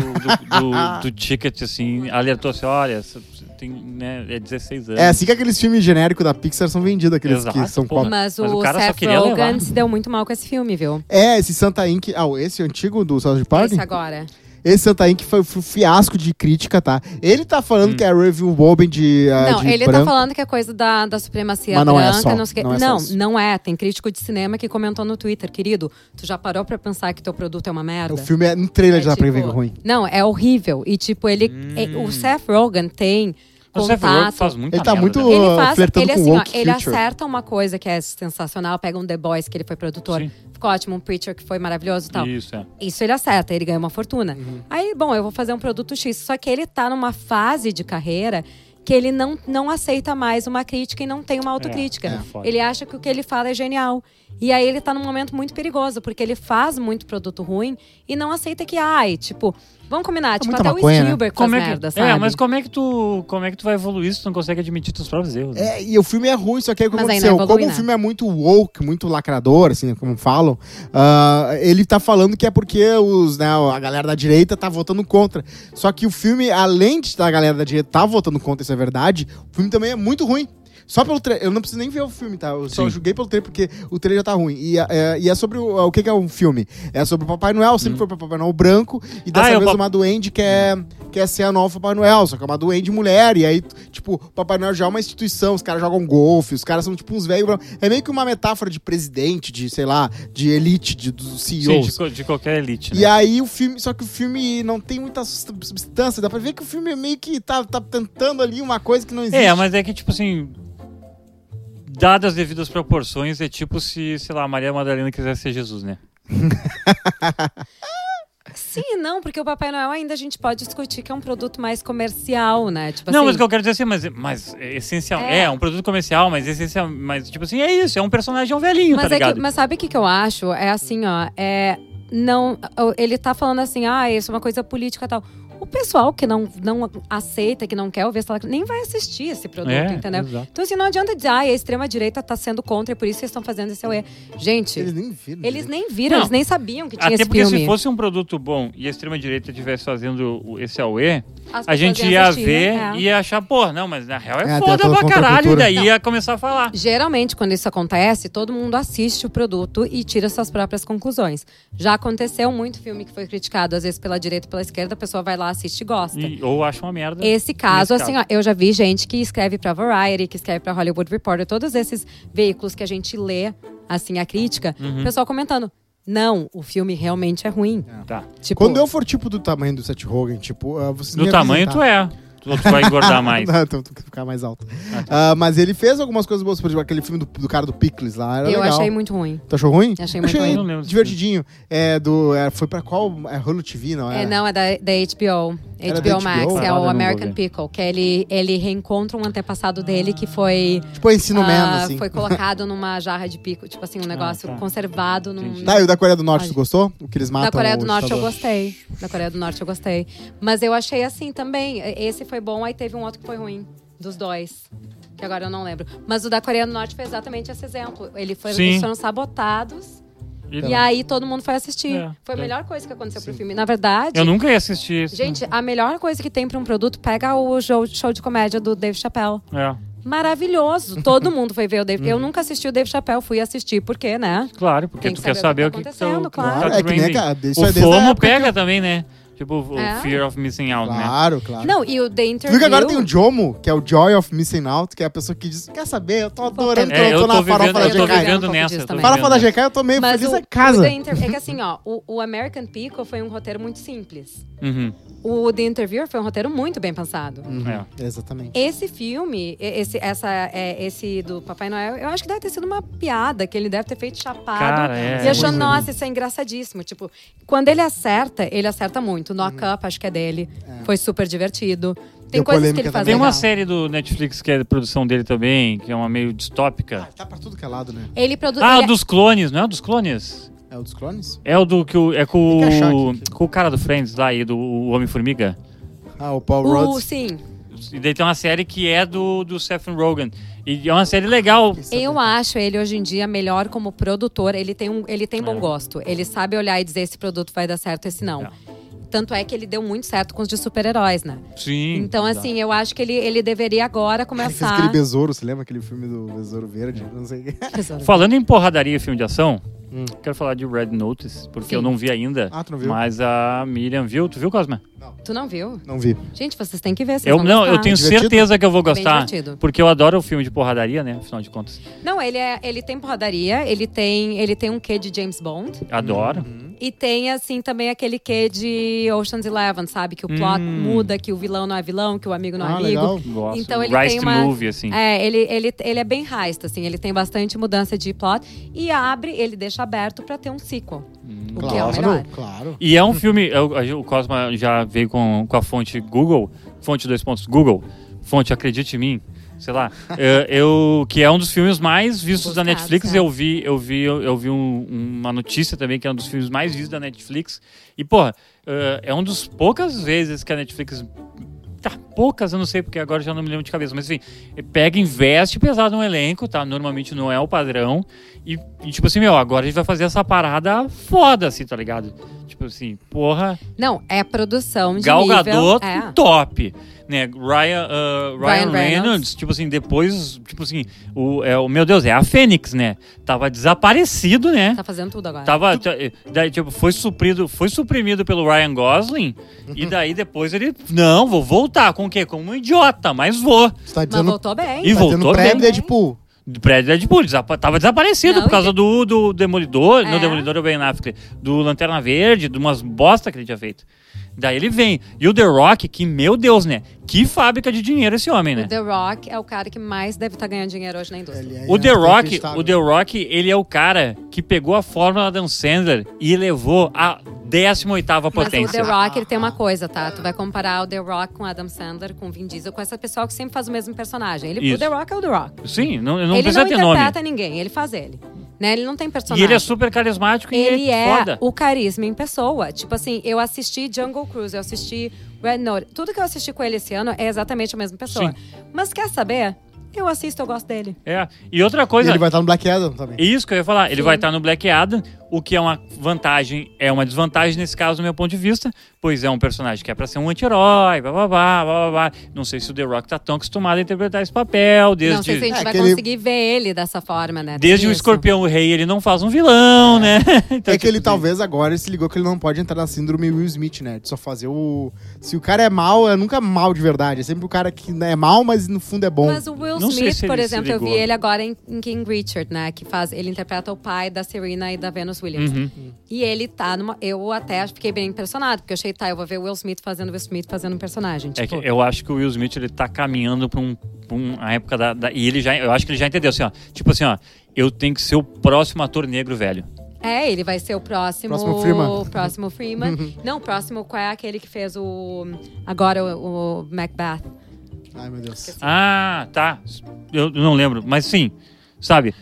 do, do- do ticket, assim, alertou assim: olha, essa- tem, né, é 16 anos.
É assim que aqueles filmes genéricos da Pixar são vendidos, aqueles
Exato,
que são
pô.
cópias.
Mas,
Mas
o,
o cara só
Seth
queria
Rogen
levar.
se deu muito mal com esse filme, viu?
É, esse Santa Inc. Ah, esse antigo do Sausage Party?
Esse agora.
Esse Santa Inc. foi um fiasco de crítica, tá? Ele tá
Hum.
falando que é a review Bobbin de. ah,
não,
de
ele
branco.
tá falando que é coisa da, da supremacia
Mas não é
branca,
só,
não sei o quê.
não é só
não,
isso.
não é. Tem crítico de cinema que comentou no Twitter, querido, tu já parou pra pensar que teu produto é uma merda?
O filme é. No trailer já dá pra
tipo,
ver que é ruim. Hum.
Não, é horrível. E, tipo, ele. é- o Seth Rogen tem.
o
Contato.
Seth Rogen faz muita
Ele tá
merda,
muito-
né?
Ele faz,
flertando
ele
com
assim, ó,
woke
ele
future.
acerta uma coisa que é sensacional, pega um The Boys que ele foi produtor,
Sim.
ficou ótimo, um Preacher que foi maravilhoso e tal.
Isso, é.
Isso ele acerta, ele ganha uma fortuna.
Uhum.
Aí, bom, eu vou fazer um produto X. Só que ele tá numa fase de carreira que ele não, não aceita mais uma crítica e não tem uma autocrítica.
é foda.
ele acha que o que ele fala é genial. E aí ele tá num momento muito perigoso, porque ele faz muito produto ruim e não aceita que, ai, tipo, vamos
Tá
combinar, tipo,
muita
até
maconha,
o
né?
Spielberg faz
Como é que,
merda,
é,
sabe?
mas como é que tu, como é que tu vai evoluir se tu não consegue admitir teus próprios erros? né?
É, e o filme é ruim, só que aí o que
Mas aí não
aconteceu?
evolui,
como o
né?
filme é muito woke, muito lacrador, assim, como falam, ah, ele tá falando que é porque os, né, a galera da direita tá votando contra. Só que o filme, além de a galera da direita tá votando contra, isso é verdade, o filme também é muito ruim. Só pelo trailer. Eu não preciso nem ver o filme, tá? Eu só
Sim.
julguei pelo trailer porque o trailer já tá ruim. E é, é- e é sobre o, o que, que é um filme? É sobre o Papai Noel, sempre foi o Papai Noel branco. E dessa
Hum. Ah, é o
vez
Pap-
uma duende é quer, quer ser a nova Papai Noel, só que é uma duende mulher. E aí, t- tipo, o Papai Noel já é uma instituição, os caras jogam golfe, os caras são tipo uns velhos. brancos. É meio que uma metáfora de presidente, de, sei lá, de elite, de, dos
Sim,
CEOs.
de, co- de qualquer elite, né?
E aí o filme, só que o filme não tem muita sust- substância, dá pra ver que o filme é meio que tá, tá tentando ali uma coisa que não existe.
É, mas é que, tipo assim. Dadas as devidas proporções, é tipo se, sei lá, Maria Madalena quisesse ser Jesus, né?
Tipo Sim, e não, porque o Papai Noel ainda a gente pode discutir que é um produto mais comercial, né? Tipo
não,
assim,
mas o que eu quero dizer assim, mas, mas é essencial.
É.
É. um produto comercial, mas essencial. Mas, tipo assim, é isso, é um personagem, é um velhinho,
mas,
tá
é que-
ligado?
mas sabe o que, que eu acho? É assim, ó. É, não, ele tá falando assim, ah, isso é uma coisa política e tal. O pessoal que não, não aceita, que não quer ouvir essa nem vai assistir esse produto,
É,
entendeu?
exato.
Então, assim, não adianta dizer, ah, a extrema-direita tá sendo contra e por isso eles estão fazendo esse UE. Gente,
Eles
eles,
nem viram. né? direito.
nem viram,
Não.
eles nem sabiam que tinha
Até
esse
porque
filme.
se fosse um produto bom e a extrema-direita estivesse fazendo o- esse AUE,
As
a gente
pessoas iam
ia
assistir,
ver
é.
e ia achar, pô, não, mas na real é,
É, tem
foda
aquela
pra caralho. E
contracultura.
daí
Não.
ia começar a falar.
Geralmente, quando isso acontece, todo mundo assiste o produto e tira suas próprias conclusões. Já aconteceu muito filme que foi criticado, às vezes pela direita e pela esquerda, a pessoa vai lá, assiste e gosta.
E- ou acha uma merda.
Esse caso,
Hum. Nesse
assim,
caso.
ó, eu já vi gente que escreve pra Variety, que escreve pra Hollywood Reporter, todos esses veículos que a gente lê, assim, a crítica,
Uhum.
o pessoal comentando. Não, o filme realmente é ruim.
Tá.
Tipo,
Quando eu for tipo do tamanho do Seth Rogen, tipo, ah, vocês
Do
me
tamanho
avisem, tá?
tu é. Tu, tu vai engordar mais.
Não, então tem que ficar mais alto. Ah, mas ele fez algumas coisas boas, por exemplo, aquele filme do, do cara do Pickles lá. Era
eu
legal.
achei muito ruim.
Tu achou ruim?
Achei muito ruim.
Não lembro desse
divertidinho. É do. é, foi pra qual? É Hulu TV, não
É, não, é da, da HBO.
Era
HBO
da
Max,
HBO?
é
Parada,
o
não
American
vou
Pickle, que ele, ele reencontra um antepassado dele que foi.
Tipo, ensino
ah,
mesmo, assim.
Foi colocado numa jarra de pico, tipo assim, um negócio
tá.
conservado num.
Entendi.
Tá, e o da Coreia do Norte,
Ai.
tu gostou? O que eles matam
Da Coreia do
o
Norte eu
ditador.
gostei. Da Coreia do Norte eu gostei. Mas eu achei assim também. Esse foi bom, aí teve um outro que foi ruim. Dos dois. Que agora eu não lembro. Mas o da Coreia do Norte foi exatamente esse exemplo. Ele foi,
Sim.
eles foram sabotados. E aí todo mundo foi assistir.
É,
Foi a
é.
melhor coisa que aconteceu pro filme. Na verdade,
Eu nunca ia assistir isso.
gente, a melhor coisa que tem pra um produto, pega o show, show de comédia do Dave Chappelle.
É,
Maravilhoso. Todo mundo foi ver o Dave. Eu
Uhum.
nunca assisti o Dave Chappelle, fui assistir, porque, né?
claro, porque
Tem que
tu quer
saber
saber
o
o
que
que,
tá
que tu-
acontecendo, claro.
tá
Claro, é que nem
trending.
a- isso é
O
desde a
FOMO
época que
pega também, né? Tipo, o
É.
Fear of Missing Out, né?
Claro, claro.
Não, e o The
Tu Ah. viu
Interview...
que agora tem o Jomo, que é o Joy of Missing Out, que é a pessoa que diz: Quer saber? Eu tô adorando
É,
que eu tô na
vivendo-
farofa da
eu tô
GK.
GK.
vivendo né?
Eu
nessa.
tô
eu tô
vivendo.
Farofa da
vivendo.
GK, eu tô meio
Mas
feliz
o,
em casa.
o The Inter- é que assim, ó, o, o American Pickle foi um roteiro muito simples.
Uhum.
O The Interviewer foi um roteiro muito bem pensado.
Uhum,
É.
Exatamente.
Esse filme, e- esse, essa, é, esse do Papai Noel, eu acho que deve ter sido uma piada, que ele deve ter feito chapado.
Cara, é,
e achando,
muito
nossa, isso é engraçadíssimo. Tipo, quando ele acerta, ele acerta muito. Knock Up, acho que é dele. Foi super divertido. Tem
Uhum. Deu
coisas que
polêmica
ele faz
também.
Tem
legal.
uma série do Netflix que é de produção dele também, que é uma meio distópica.
Tá pra tudo que é lado, né?
Ele produz.
Ah,
ele-
dos clones, não é o dos clones?
É o dos clones?
É o do que o, é com,
Tem que achar
o-
aqui, aqui.
com o cara do Friends lá e do o Homem-Formiga.
Ah, o Paul
O,
Rhodes.
sim,
E daí tem uma série que é do, do Seth Rogen. E é uma série legal.
Eu acho ele hoje em dia melhor como produtor. Ele tem, um, ele tem bom gosto. Ele sabe olhar e dizer esse produto vai dar certo, esse não.
É.
Tanto é que ele deu muito certo com os de super-heróis, né?
Sim.
então, assim, eu acho que ele, ele deveria agora
Ele fez
começar.
aquele besouro, você lembra aquele filme do Besouro Verde? Não sei o que.
Tesouro.
Falando em porradaria e filme de ação,
Hum.
quero falar de Red Notice, porque
Sim.
eu não vi ainda.
Ah, tu não viu?
Mas a Miriam viu. Tu viu, Cosma?
Tu não viu?
Não vi.
Gente, vocês têm que ver. Vocês
Eu,
vão
não,
gostar.
eu tenho
Divertido?
certeza que eu vou
Bem
gostar.
divertido.
Porque eu adoro o filme de porradaria, né? Afinal de contas.
Não, ele, é, ele tem porradaria, ele tem, ele tem um quê de James Bond.
Adoro.
Uhum.
E tem, assim, também aquele quê de Ocean's Eleven, sabe? Que o plot
Hum.
muda, que o vilão não é vilão, que o amigo não é
Ah,
amigo.
legal.
Gosto.
Então ele
Rise
tem uma.
Movie, assim.
É, ele, ele, ele é bem heist, assim, ele tem bastante mudança de plot e abre, ele deixa aberto pra ter um sequel.
Hum.
o que é o melhor.
Claro, claro.
E é um filme, eu- a- o Cosma já veio com, com a fonte Google, fonte dois pontos Google, fonte Acredite em Mim, sei lá. É, eu, que é um dos filmes mais vistos da
Buscados,
Netflix.
é.
Eu vi, eu vi, eu vi um- uma notícia também que é um dos filmes mais vistos da Netflix. E, porra, é, é um dos poucas vezes que a Netflix. Tá, poucas, eu não sei, porque agora já não me lembro de cabeça. Mas enfim, pega, investe pesado no elenco, tá? Normalmente não é o padrão. E, e, tipo assim, meu, agora a gente vai fazer essa parada foda, assim, tá ligado? Tipo assim, porra,
Não, é produção de
Gal
nível.
Gadot,
É.
top. Né? Ryan, uh, Ryan
Ryan
Reynolds,
Reynolds,
tipo assim, depois, tipo assim, o, é, o meu Deus, é a Fênix, né? Tava desaparecido, né?
Tá fazendo tudo agora.
Tava, tá- daí, tipo, foi suprido, foi suprimido pelo Ryan Gosling,
Uhum.
e daí depois ele, não, vou voltar, com o quê? Como um idiota, mas vou.
Você tá
Mas
dizendo.
voltou bem.
E
tá
voltou
dizendo
bem.
pré Deadpool.
Do prédio Deadpool, desapa tava desaparecido
Não,
por causa do, do Demolidor,
É.
não Demolidor é bem na África, do Lanterna Verde, de umas bosta que ele tinha feito. Daí ele vem. E o The Rock, que, meu Deus, né? Que fábrica de dinheiro esse homem, né?
O The Rock é o cara que mais deve estar ganhando dinheiro hoje na indústria.
Ele é
O The Rock, o
inacreditável.
The Rock, ele é o cara que pegou a fórmula da Dan Sandler e levou a 18ª
Mas o The
potência.
Rock, ele tem uma coisa, tá? Tu vai comparar o The Rock com Adam Sandler, com Vin Diesel, com essa pessoa que sempre faz o mesmo personagem. Ele, o
Isso.
The Rock é o The Rock.
Sim, não, não
ele
precisa
não
ter nome.
interpreta ninguém, ele faz ele. Né? Ele não tem
E
personagem.
ele é super carismático e
Ele é
foda.
o carisma em pessoa. Tipo assim, eu assisti Jungle Cruise, eu assisti Red Note. Tudo que eu assisti com ele esse ano é exatamente a mesma pessoa.
Sim.
Mas quer saber? Eu assisto, eu gosto dele.
É. E outra
E
coisa,
Ele vai estar no Black Adam também.
Isso que eu ia falar. Ele vai estar no Black Adam, o que é uma vantagem, é uma desvantagem nesse caso, do meu ponto de vista, pois é um personagem que é pra ser um anti-herói, blá blá blá, blá blá blá. Não sei se o The Rock tá tão acostumado a interpretar esse papel,
não sei se a
desde,
gente
É,
vai
que ele-
conseguir ver ele dessa forma, né? Tem
desde o
isso.
Escorpião Rei, ele não faz um vilão, né? Então,
é que ele
tipo,
talvez agora se ligou que ele não pode entrar na síndrome Will Smith, né? De só fazer o. Se o cara é mal, é nunca mal de verdade. É sempre o cara que é mal, mas no fundo é bom.
Mas o Will
Não sei
Smith,
se ele
por
se
exemplo, eu vi
ligou.
ele agora em, em King Richard, né? Que faz, ele interpreta o pai da Serena e da Venus Williams.
Uhum.
E ele tá numa. Eu até fiquei bem impressionado, porque eu achei, tá, eu vou ver o Will Smith fazendo o Will Smith fazendo um personagem.
É
tipo,
que eu acho que o Will Smith ele tá caminhando pra um, pra um- a época da, da- E ele já. Eu acho que ele já entendeu assim, ó. Tipo assim, ó. Eu tenho que ser o próximo ator negro velho.
É, ele vai ser o próximo.
Próximo Freeman.
O próximo Freeman. Não, o próximo qual é aquele que fez o. Agora o, o Macbeth.
Ai, meu Deus.
Ah, tá. Eu não lembro, mas sim. Sabe?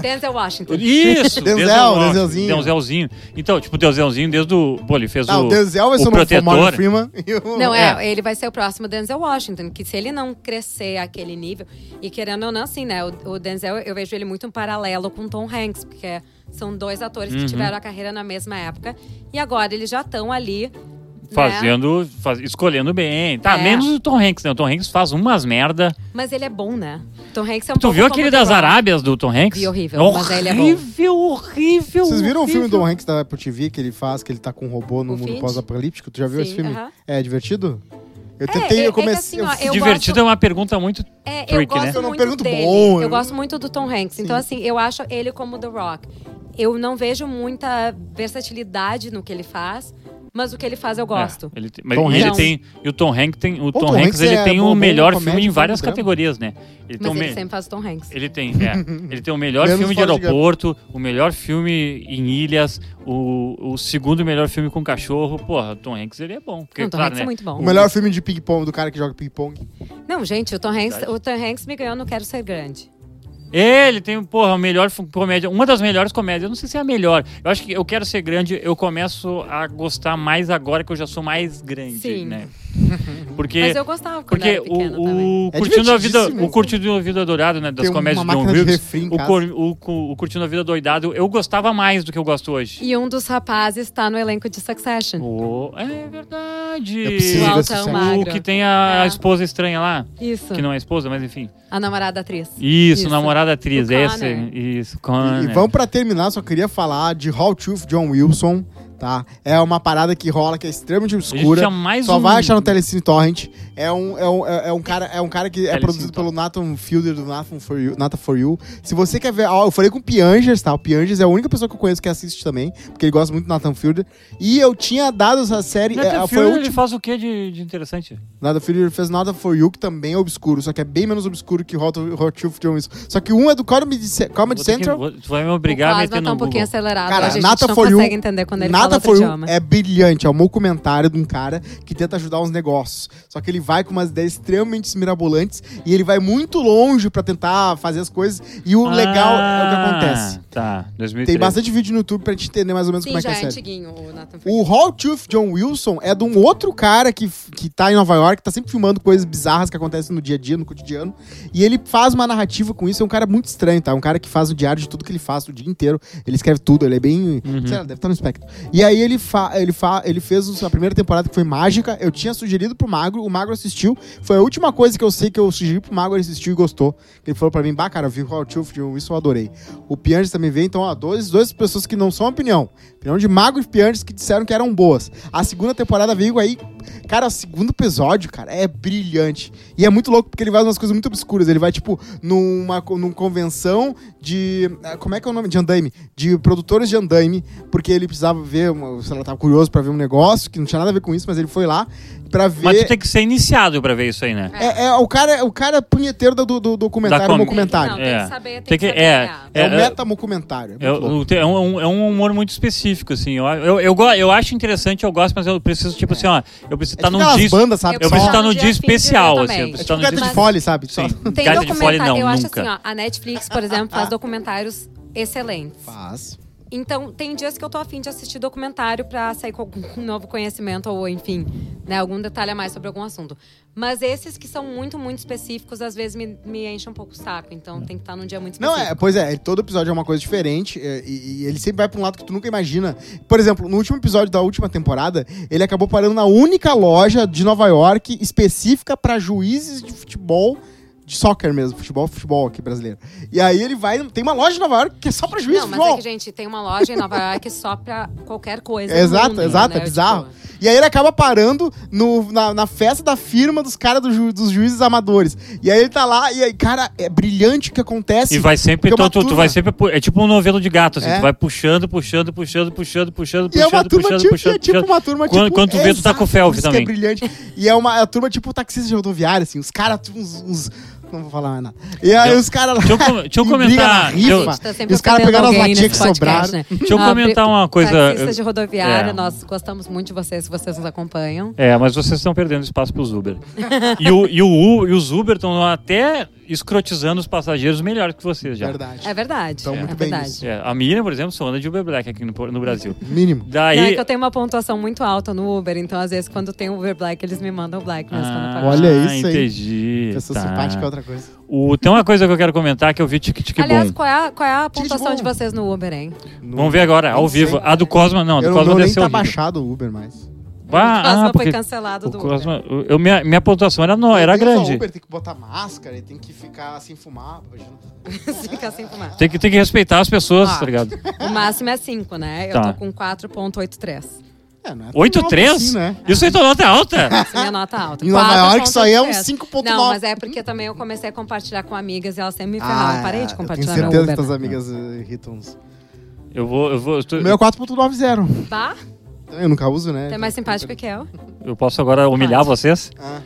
Denzel Washington.
Isso!
Denzel,
Washington,
Denzelzinho.
Denzelzinho. Então, tipo, Denzelzinho desde o... Pô, ele fez
Ah,
o,
o Denzel vai
o
ser o novo Morgan
protetor. né?
Freeman. e o-
Não, é,
É.
ele vai ser o próximo Denzel Washington, que se ele não crescer aquele nível, e querendo ou não, assim, né, o, o Denzel, eu vejo ele muito em paralelo com Tom Hanks, porque é- são dois atores
Uhum.
que tiveram a carreira na mesma época, e agora eles já estão ali,
um.
né?
Fazendo, faz- escolhendo bem. Tá,
É.
menos o Tom Hanks, né? O Tom Hanks faz umas merda.
Mas ele é bom, né? Tom Hanks é um
Tu
pouco
viu aquele
como
das
The Rock.
Arábias do Tom Hanks?
Vi horrível,
É
mas ele é bom.
horrível, horrível,
Vocês viram o filme do
horrível.
Tom Hanks da Apple TV que ele faz, que ele tá com um robô no
O
mundo
Finch?
pós-apocalíptico? Tu já viu
Sim,
esse filme?
aham.
É divertido?
É,
Eu tentei,
é- é
eu
que assim,
comecei.
ó,
eu...
eu-
Divertido
gosto-
é uma pergunta muito
É, eu
tricky,
gosto
né?
Eu não
muito
pergunto
dele.
bom, eu-
Eu gosto muito do Tom Hanks. Então, assim, eu acho ele como The Rock. Eu não vejo muita versatilidade no que ele faz, mas o que ele faz eu gosto.
É, ele tem- mas
Tom
ele
Hanks.
tem, e o Tom Hanks tem, o Tom,
Tom
Hanks,
Hanks
ele
é
tem
bom,
o
bom,
melhor filme
comédia,
em várias
bom, bom.
categorias, né? Ele tem
Mas
o
ele
me-
sempre faz o Tom Hanks.
Ele tem, é. Ele tem o melhor
Menos
filme de
Forrest Gump.
aeroporto, o melhor filme em ilhas, o, o segundo melhor filme com cachorro. Porra, Tom Hanks ele é bom. Porque,
Não, Tom
claro,
Hanks
né,
é muito bom.
O melhor filme de ping-pong, do cara que joga ping-pong.
Não, gente, o Tom, Hanks,
Verdade.
o Tom Hanks me ganhou no Quero Ser Grande.
É, Ele tem, porra, a melhor fu- comédia, uma das melhores comédias. Eu não sei se é a melhor. Eu acho que eu quero ser grande, eu começo a gostar mais agora que eu já sou mais grande,
Sim.
né? Porque
Mas eu gostava quando
Porque
era pequena também.
o, o
É
Curtindo a Vida,
divertidíssimo.
o Curtindo a Vida Dourado, né, das
Tem uma
comédias de John
máquina de
Hughes,
refri em
o,
casa.
cor- o cu- o Curtindo a Vida Doidado, eu gostava mais do que eu gosto hoje.
E um dos rapazes tá no elenco de Succession.
Pô, é verdade.
Eu preciso
O
ver
Altão
esse
Magro.
O que tem a, a
É.
esposa estranha lá,
Isso.
que não é esposa, mas enfim.
A namorada atriz.
Isso,
Isso.
namorada atriz,
O
essa.
Connor.
Isso,
E,
Connor.
e vamos pra terminar, só queria falar de How Truth John Wilson, tá? É uma parada que rola, que é extremamente obscura.
tinha mais
só
um-
vai achar no Telecine Torrent. É um, é um, é é um, cara, é um cara que é
Telecine
produzido
Torrent.
pelo Nathan Fielder do Nathan For You. Nathan For you. Se você quer ver. ó, eu falei com o Piangers, tá? O Piangers é a única pessoa que eu conheço que assiste também, porque ele gosta muito do Nathan Fielder. E eu tinha dado essa série.
Nathan
é, foi
Fielder,
o
um ele
último.
faz o que de, de interessante?
Nathan Fielder fez Nathan For You, que também é obscuro, só que é bem menos obscuro que Hot, Hot Truth John Wilson. Só que um é do Comedy, Ce- Comedy
Vou ter que-
Central.
vou- tu vai me obrigar
o
a
plasma
meter
tá
no
um pouquinho
Google.
acelerado.
Cara,
hoje a gente
Nata
não
For You-
consegue entender quando ele
Nada
fala outro
foi
idioma.
é brilhante, é um documentário de um cara que tenta ajudar uns negócios. Só que ele vai com umas ideias extremamente mirabolantes e ele vai muito longe pra tentar fazer as coisas. E
Ah.
o legal é o que acontece.
Tá, 2013.
Tem bastante vídeo no YouTube pra gente entender mais ou menos como
Sim,
é que
já
é a
é
série.
antiguinho o Nathan For You.
O Hall Tooth John Wilson é de um outro cara que, que tá em Nova York, tá sempre filmando coisas bizarras que acontecem no dia a dia, no cotidiano. E ele faz uma narrativa com isso. É um cara muito estranho, tá? É um cara que faz o diário de tudo que ele faz o dia inteiro. Ele escreve tudo, ele é bem. Sei lá, deve estar no espectro. E aí ele, fa ele, fa ele fez a primeira temporada que foi mágica. Eu tinha sugerido pro Magro, o Magro assistiu. Foi a última coisa que eu sei que eu sugeri pro Magro, ele assistiu e gostou. Ele falou pra mim, bah, cara, eu vi o Hall Tooth John Wilson, eu adorei. O Pianges também veio, então, ó, dois, duas pessoas que não são opinião. Opinião de Mago e Pianges que disseram que eram boas. A segunda temporada veio aí. Cara, o segundo episódio, cara, é brilhante. E é muito louco porque ele faz umas coisas muito obscuras. Ele vai, tipo, numa, co- numa convenção de. ah, Como é que é o nome? De andaime. De produtores de andaime. Porque ele precisava ver, uma- sei lá, tava curioso pra ver um negócio que não tinha nada a ver com isso, mas ele foi lá pra ver.
Mas tu tem que ser iniciado pra ver isso aí, né?
É, é, o cara, o cara é punheteiro do, do, do documentário,
Da com-
documentário.
Não, tem
É.
que saber, tem,
Tem
que,
que-
saber
é,
ganhar.
É, o
é-
metamocumentário.
É,
muito louco.
o- tem- é um, é um humor muito específico, assim. Eu, eu, eu, go- eu acho interessante, eu gosto, mas eu preciso, tipo assim, ó, eu preciso
É
estar
tipo
num
aquelas
disco.
bandas, sabe?
Eu
Eu
Só-
preciso
Só
estar
no
num
dia
dia
fim de ver
especial,
também.
assim. Eu
É
preciso
É
estar
tipo
num
gato
dia
de fole, sabe? Só-
Sim,
Tem
Gato de fole,
documentário.
não,
eu acho
nunca.
assim, ó, a Netflix, por exemplo, faz documentários excelentes.
Faz.
Então, tem dias que eu tô afim de assistir documentário pra sair com algum novo conhecimento ou, enfim, né, algum detalhe a mais sobre algum assunto. Mas esses que são muito, muito específicos, às vezes me, me enchem um pouco o saco. Então, tem que estar num dia muito
Não,
específico.
é, pois é, todo episódio é uma coisa diferente é, e, e ele sempre vai pra um lado que tu nunca imagina. Por exemplo, no último episódio da última temporada, ele acabou parando na única loja de Nova York específica pra juízes de futebol, de soccer mesmo, futebol, futebol aqui brasileiro. E aí ele vai, tem uma loja em Nova York que é só pra juízes
Não,
de
mas
futebol.
é que, gente, tem uma loja em Nova York só pra qualquer coisa.
É
no
exato,
mundo,
exato,
né?
é bizarro.
Tipo,
E aí ele acaba parando no- na, na festa da firma dos caras do ju- dos juízes amadores. E aí ele tá lá e aí, cara, é brilhante o que acontece.
E vai sempre,
Porque é
então,
uma
tu, tu
turma.
vai sempre. pu- É tipo um novelo de gato, assim.
É.
Tu vai puxando, puxando, puxando, puxando, puxando,
E é uma
puxando,
turma
puxando,
tipo,
puxando.
é tipo
puxando.
uma turma
Quando-
tipo...
quando tu vê,
é
tu tá com
exato,
felve
isso que
também.
é brilhante. E é uma, é uma turma tipo taxista de rodoviária, assim. Os caras, uns, uns, não vou falar mais nada. E aí
Eu-
os caras lá.
Deixa eu com- deixa eu
e briga na
comentar, eu-
rifa,
Tá
e
sempre
os caras
ofendendo
pegaram as
alguém
latinhas que
nesse podcast,
sobraram.
né?
Deixa eu
Ah,
comentar uma coisa,
Taxistas de
eu-
rodoviária,
é.
nós gostamos muito de vocês, vocês nos acompanham.
É, mas vocês estão perdendo espaço pros Uber. e, o, e, o U- e os Uber estão até escrotizando os passageiros melhor que vocês já.
Verdade.
É verdade.
Então,
é
muito bem
verdade.
isso.
É, a Miriam, por exemplo, só anda de Uber Black aqui no, no Brasil.
Mínimo.
Daí.
Não, é que eu tenho uma pontuação muito alta no Uber, então às vezes quando tem Uber Black, eles me mandam Black mesmo quando eu
Ah,
pago.
Olha isso aí.
entendi.
Pessoa
tá.
simpática é outra coisa.
O- tem uma coisa que eu quero comentar que eu vi tic tic
Aliás,
bom.
qual é, a, qual é a
Tique-tique
pontuação
bom.
de vocês no Uber, hein?
Vamos ver agora, ao
Nem sei.
vivo. A do Cosma, não, a do
Eu não
Cosma
nem
desceu
tá
horrível.
baixado o Uber mais.
Ah,
o Cosma
ah, porque
foi cancelado
o
do
Cosma- eu, minha, minha pontuação era, não, era
Tem que usar
grande.
Uber tem que botar máscara, e tem que ficar sem fumar.
Uber. Fica sem fumar.
Tem que, tem que respeitar as pessoas,
Ah.
tá ligado?
O máximo é 5, né? Eu
Tá.
tô com 4.83.
É, não é tão alto
8,3?
assim, né?
Isso aí tá nota alta.
Essa é minha nota alta.
Em Nova York,
4.83.
isso aí é um 5.9.
Não, mas é porque também eu comecei a compartilhar com amigas e elas sempre me ferraram.
é,
Parei de
eu
compartilhar
Tenho
no
certeza
Uber. né?
que tuas amigas eh, irritam uns.
Eu vou, eu vou. Eu, tô-
O meu é 4.90.
Bah,
Eu nunca uso, né?
tu é mais simpático que eu.
eu posso agora humilhar
Pode.
vocês?
Ah,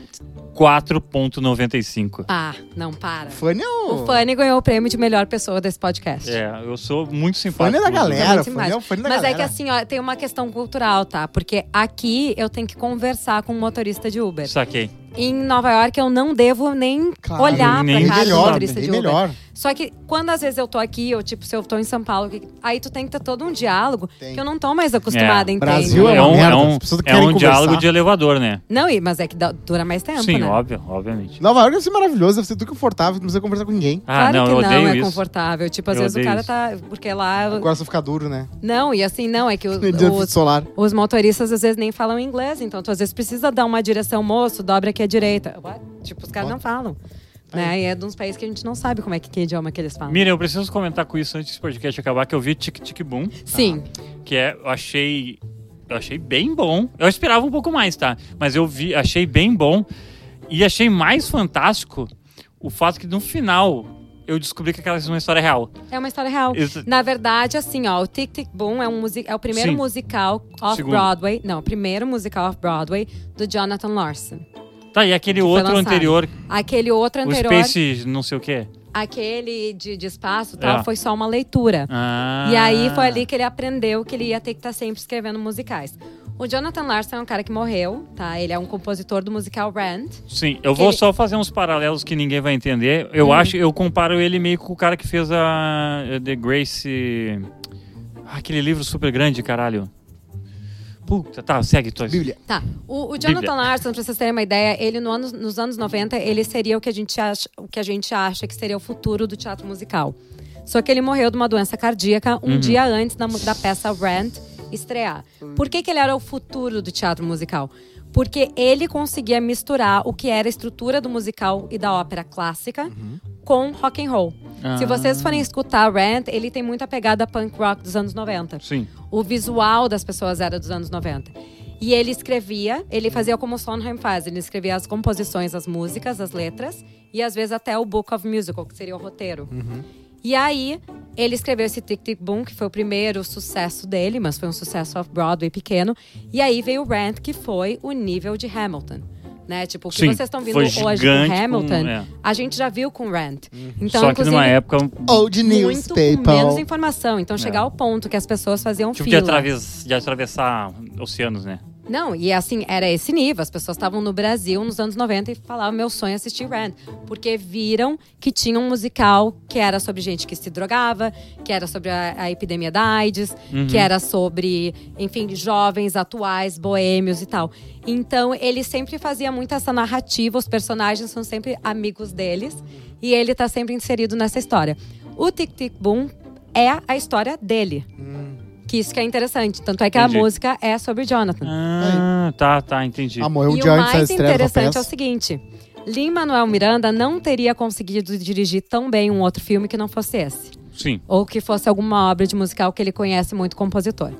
4,95.
Ah, não, para.
Fanny é o...
O Fanny ganhou o prêmio de melhor pessoa desse podcast.
É, eu sou muito simpático.
Fanny é da galera.
Muito
Fanny é o Fanny da
Mas
galera.
é que assim, ó, tem uma questão cultural, tá? Porque aqui eu tenho que conversar com um motorista de Uber.
Saquei.
Em Nova York eu não devo nem
Claro,
olhar
nem
pra
Bem
cara do
melhor,
motorista
bem
de Uber.
melhor.
Só que quando às vezes eu tô aqui, ou tipo, se eu tô em São Paulo, que- aí tu tem que ter todo um diálogo
Tem.
que eu não tô mais acostumada,
É.
entende?
Brasil Viu? É
É
uma
um, é
merda,
um,
as pessoas
é
querem
um diálogo
conversar.
de elevador, né?
Não, e- mas é que dá- dura mais tempo,
Sim,
né?
óbvio, obviamente.
Nova York deve ser maravilhoso, deve ser tudo confortável, não precisa conversar com ninguém.
Ah,
claro
não,
que
eu
não
odeio
é
isso.
confortável. Tipo, às
Eu
vezes o
odeio
cara
isso.
tá. Porque lá.
Agora só fica duro, né?
Não, e assim, não, é que o-
No dia do
os,
solar.
os motoristas às vezes nem falam inglês, então tu às vezes precisa dar uma direção, moço, dobra aqui à direita. What? Tipo, os caras não falam. Né? E é de uns países que a gente não sabe como é que, que idioma que eles falam.
Miriam, eu preciso comentar com isso antes desse podcast acabar, que eu vi Tic Tic Boom,
Sim,
que é, eu achei. Eu achei bem bom. Eu esperava um pouco mais, tá? Mas eu vi, achei bem bom. E achei mais fantástico o fato que no final eu descobri que aquela é uma história real.
é uma história real.
Isso-
Na verdade, assim, ó, o Tic Tic Boom é, um musi- é o primeiro
Sim.
musical off-Broadway. Não, o primeiro musical off-Broadway do Jonathan Larson.
Tá, e aquele
foi
outro
lançado.
anterior,
Aquele outro anterior,
o Space não sei o quê.
aquele de, de espaço e tal,
É.
foi só uma leitura.
Ah.
E aí foi ali que ele aprendeu que ele ia ter que estar sempre escrevendo musicais. O Jonathan Larson é um cara que morreu, tá? Ele é um compositor do musical Rand.
Sim, eu vou
Ele-
só fazer uns paralelos que ninguém vai entender.
Hum.
Eu acho, eu comparo ele meio com o cara que fez a eh, The Grace. Ah, Aquele livro super grande, caralho. Puta, tá, segue, Toys.
Bíblia.
Tá. O, o Jonathan
Bíblia.
Larson, pra vocês terem uma ideia, ele no anos, nos anos 90, ele seria o que, a gente acha, o que a gente acha que seria o futuro do teatro musical. Só que ele morreu de uma doença cardíaca
Uhum.
um dia antes da, mu- da peça Rant estrear. Por que, que ele era o futuro do teatro musical? Porque ele conseguia misturar o que era a estrutura do musical e da ópera clássica com rock and roll. Se
Uhum. Ah.
vocês forem escutar Rant, ele tem muita pegada punk rock dos anos 90.
Sim.
O visual das pessoas era dos anos 90. E ele escrevia, ele fazia como o Sondheim faz, ele escrevia as composições, as músicas, as letras e às vezes até o book of musical, que seria o roteiro.
Uhum.
E aí ele escreveu esse Tic Tic Boom, que foi o primeiro sucesso dele, mas foi um sucesso off Broadway pequeno. E aí veio o Rant, que foi o nível de Hamilton. Né? Tipo, o que
Sim,
vocês estão vendo
foi
hoje
gigante
com
com-
Hamilton,
é. Uhum.
a gente já viu com Rant. Então,
só que
inclusive,
numa época.
Old news,
muito com menos
people.
informação. Então,
É.
chegar ao ponto que as pessoas faziam
Tipo de,
fila.
atraves- de atravessar oceanos, né?
Não, e assim, era esse nível. As pessoas estavam no Brasil nos anos 90 e falavam: meu sonho é assistir Rand. Porque viram que tinha um musical que era sobre gente que se drogava, que era sobre a, a epidemia da AIDS,
Uhum.
que era sobre, enfim, jovens atuais, boêmios e tal. Então, ele sempre fazia muito essa narrativa, os personagens são sempre amigos deles, e ele tá sempre inserido nessa história. O Tic Tic Boom é a história dele. Que isso que é interessante. Tanto é que
Hum. Entendi.
a música é sobre Jonathan.
Ah, tá, tá, entendi.
Ah, morreu um
E
dia
o
antes da
mais
estreia da
interessante é o
peça.
seguinte: Lin Manuel Miranda não teria conseguido dirigir tão bem um outro filme que não fosse esse.
Sim.
Ou que fosse alguma obra de musical que ele conhece muito compositor.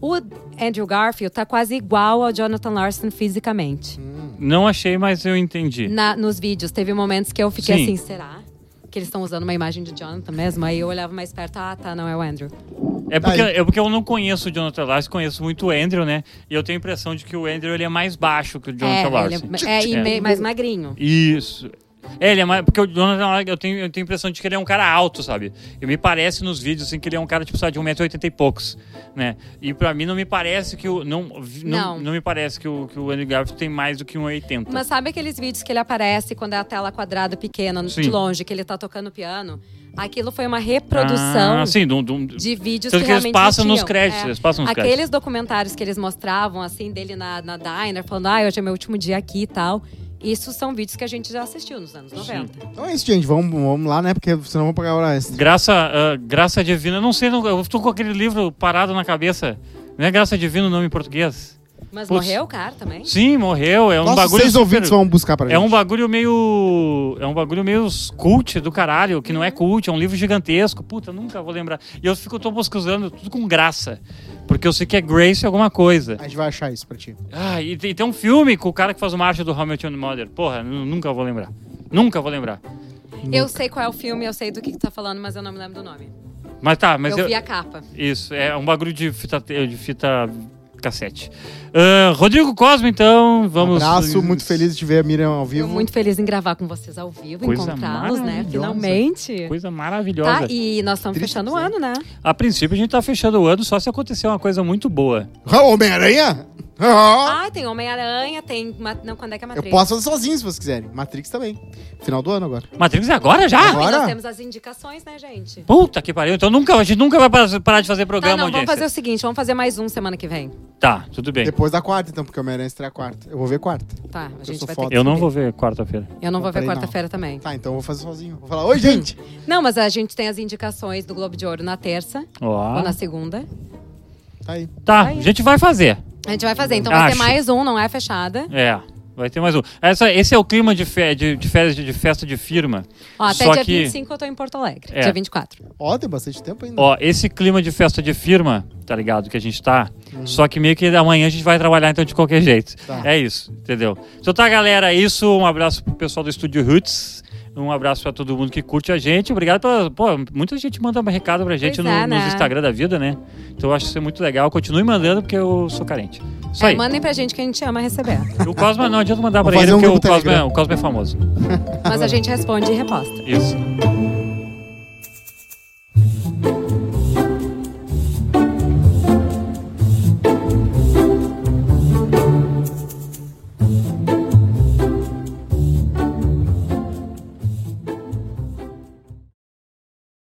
O Andrew Garfield tá quase igual ao Jonathan Larson fisicamente.
Hum. Não achei, mas eu entendi.
Na- nos vídeos, teve momentos que eu fiquei
Sim.
assim, será? Que eles estão usando uma imagem de Jonathan mesmo? Aí eu olhava mais perto, ah, tá, não é o Andrew.
É porque,
Aí.
é porque eu não conheço o Jonathan Larson, conheço muito o Andrew, né? E eu tenho a impressão de que o Andrew ele é mais baixo que o Jonathan
é,
Larson.
ele é, é, e
É.
meio mais magrinho.
Isso. É, ele é mais. Porque o Jonathan, eu tenho, eu tenho a impressão de que ele é um cara alto, sabe? E me parece nos vídeos, assim, que ele é um cara, tipo, sabe, de 1,80m e poucos, né? E pra mim não me parece que o. Não, vi- não,
Não.
não me parece que o, que o Andrew Garfield tem mais do que 1,80m.
Mas sabe aqueles vídeos que ele aparece quando é a tela quadrada pequena,
Sim.
de longe, que ele tá tocando piano? Aquilo foi uma reprodução
Ah, sim, de um- de um-
de vídeos
Tanto
que,
que eles
realmente
passam nos
existiam.
créditos,
É.
eles passam nos
Aqueles
créditos.
documentários que eles mostravam, assim, dele na, na Diner, falando, ah, hoje é meu último dia aqui e tal. Isso são vídeos que a gente já assistiu nos anos 90.
Então é isso, gente. Vamos, vamos lá, né? Porque senão vamos pagar hora extra.
Graça, ah, Graça Divina, não sei, não, eu tô com aquele livro parado na cabeça. Não é Graça Divina o nome em português?
Mas
Putz.
morreu o cara também?
Sim, morreu, é um
Nossos
bagulho.
seis
super-
ouvintes vão buscar pra gente.
É um bagulho meio. É um bagulho meio cult do caralho, que não é cult, é um livro gigantesco. Puta, nunca vou lembrar. E eu fico, tô pesquisando tudo com graça. Porque eu sei que é Grace alguma coisa.
A gente vai achar isso pra ti.
Ah, e tem, tem um filme com o cara que faz o marcha do Hamilton Mother. Porra, nu- nunca vou lembrar. Nunca vou lembrar.
Eu sei qual é o filme, eu sei do que, que tá falando, mas eu não me lembro do nome.
Mas tá, mas
eu,
eu.
vi a capa.
Isso, é um bagulho de fita, de fita cassete. Ah, Rodrigo Cosmo, então,
Um
vamos.
abraço, muito feliz de te ver a Miriam ao vivo.
Tô muito feliz em gravar com vocês ao vivo,
Coisa
encontrá-los, né?
maravilhosa.
Finalmente.
Coisa maravilhosa.
Tá, e nós estamos
Triste,
fechando o
né?
ano, né?
A princípio a gente tá fechando o ano só se acontecer uma coisa muito boa.
Ah, Homem-Aranha? Ah!
Ah, tem Homem-Aranha, tem. Ma- Não, quando é que é
Eu
Matrix?
posso fazer sozinho se vocês quiserem. Matrix também. Final do ano agora.
Matrix é agora já?
E
Agora?
nós temos as indicações, né, gente?
Puta que pariu. Então nunca, a gente nunca vai par- parar de fazer
Tá,
programa,
não, vamos
audiência.
fazer o seguinte, vamos fazer mais um semana que vem.
Tá, tudo bem.
Depois da quarta, então, porque o Homem-Aranha estreia quarta. Eu vou ver quarta.
Tá, a gente
sou
vai
foda.
ter que
Eu não
saber.
vou ver quarta-feira.
Eu não vou ver
Comprei, não.
quarta-feira também.
Tá, então eu vou fazer sozinho. Vou falar, oi, gente!
Não, mas a gente tem as indicações do Globo de Ouro na terça
Ó.
ou na segunda.
Tá aí.
Tá,
Aí.
a gente vai fazer.
A gente vai fazer. Então vai
Acho.
ter mais um, não é fechada.
É. Vai ter mais um. Essa, esse é o clima de, fe, de, de férias de, de festa de firma.
Ó, até
Só
dia
que,
25 eu tô em Porto Alegre.
É.
Dia 24.
Ó, tem bastante tempo ainda.
ó, esse clima de festa de firma, tá ligado? Que a gente tá. Só que meio que amanhã a gente vai trabalhar, então, de qualquer jeito.
Uhum. Tá.
É isso, entendeu? Então tá, galera, é isso. Um abraço pro pessoal do Estúdio Roots. Um abraço pra todo mundo que curte a gente. Obrigado pela. Pô, muita gente manda um recado pra gente
Pois
no,
é, né?
nos Instagram da vida, né? Então eu acho isso muito legal. Continue mandando, porque eu sou carente. Isso aí.
É, mandem pra gente que a gente ama receber.
O Cosma não adianta mandar
Vou
pra ele,
fazer um
porque o
grupo
Cosma, é,
Telegram.
o Cosma é famoso.
Mas a gente responde e reposta.
Isso.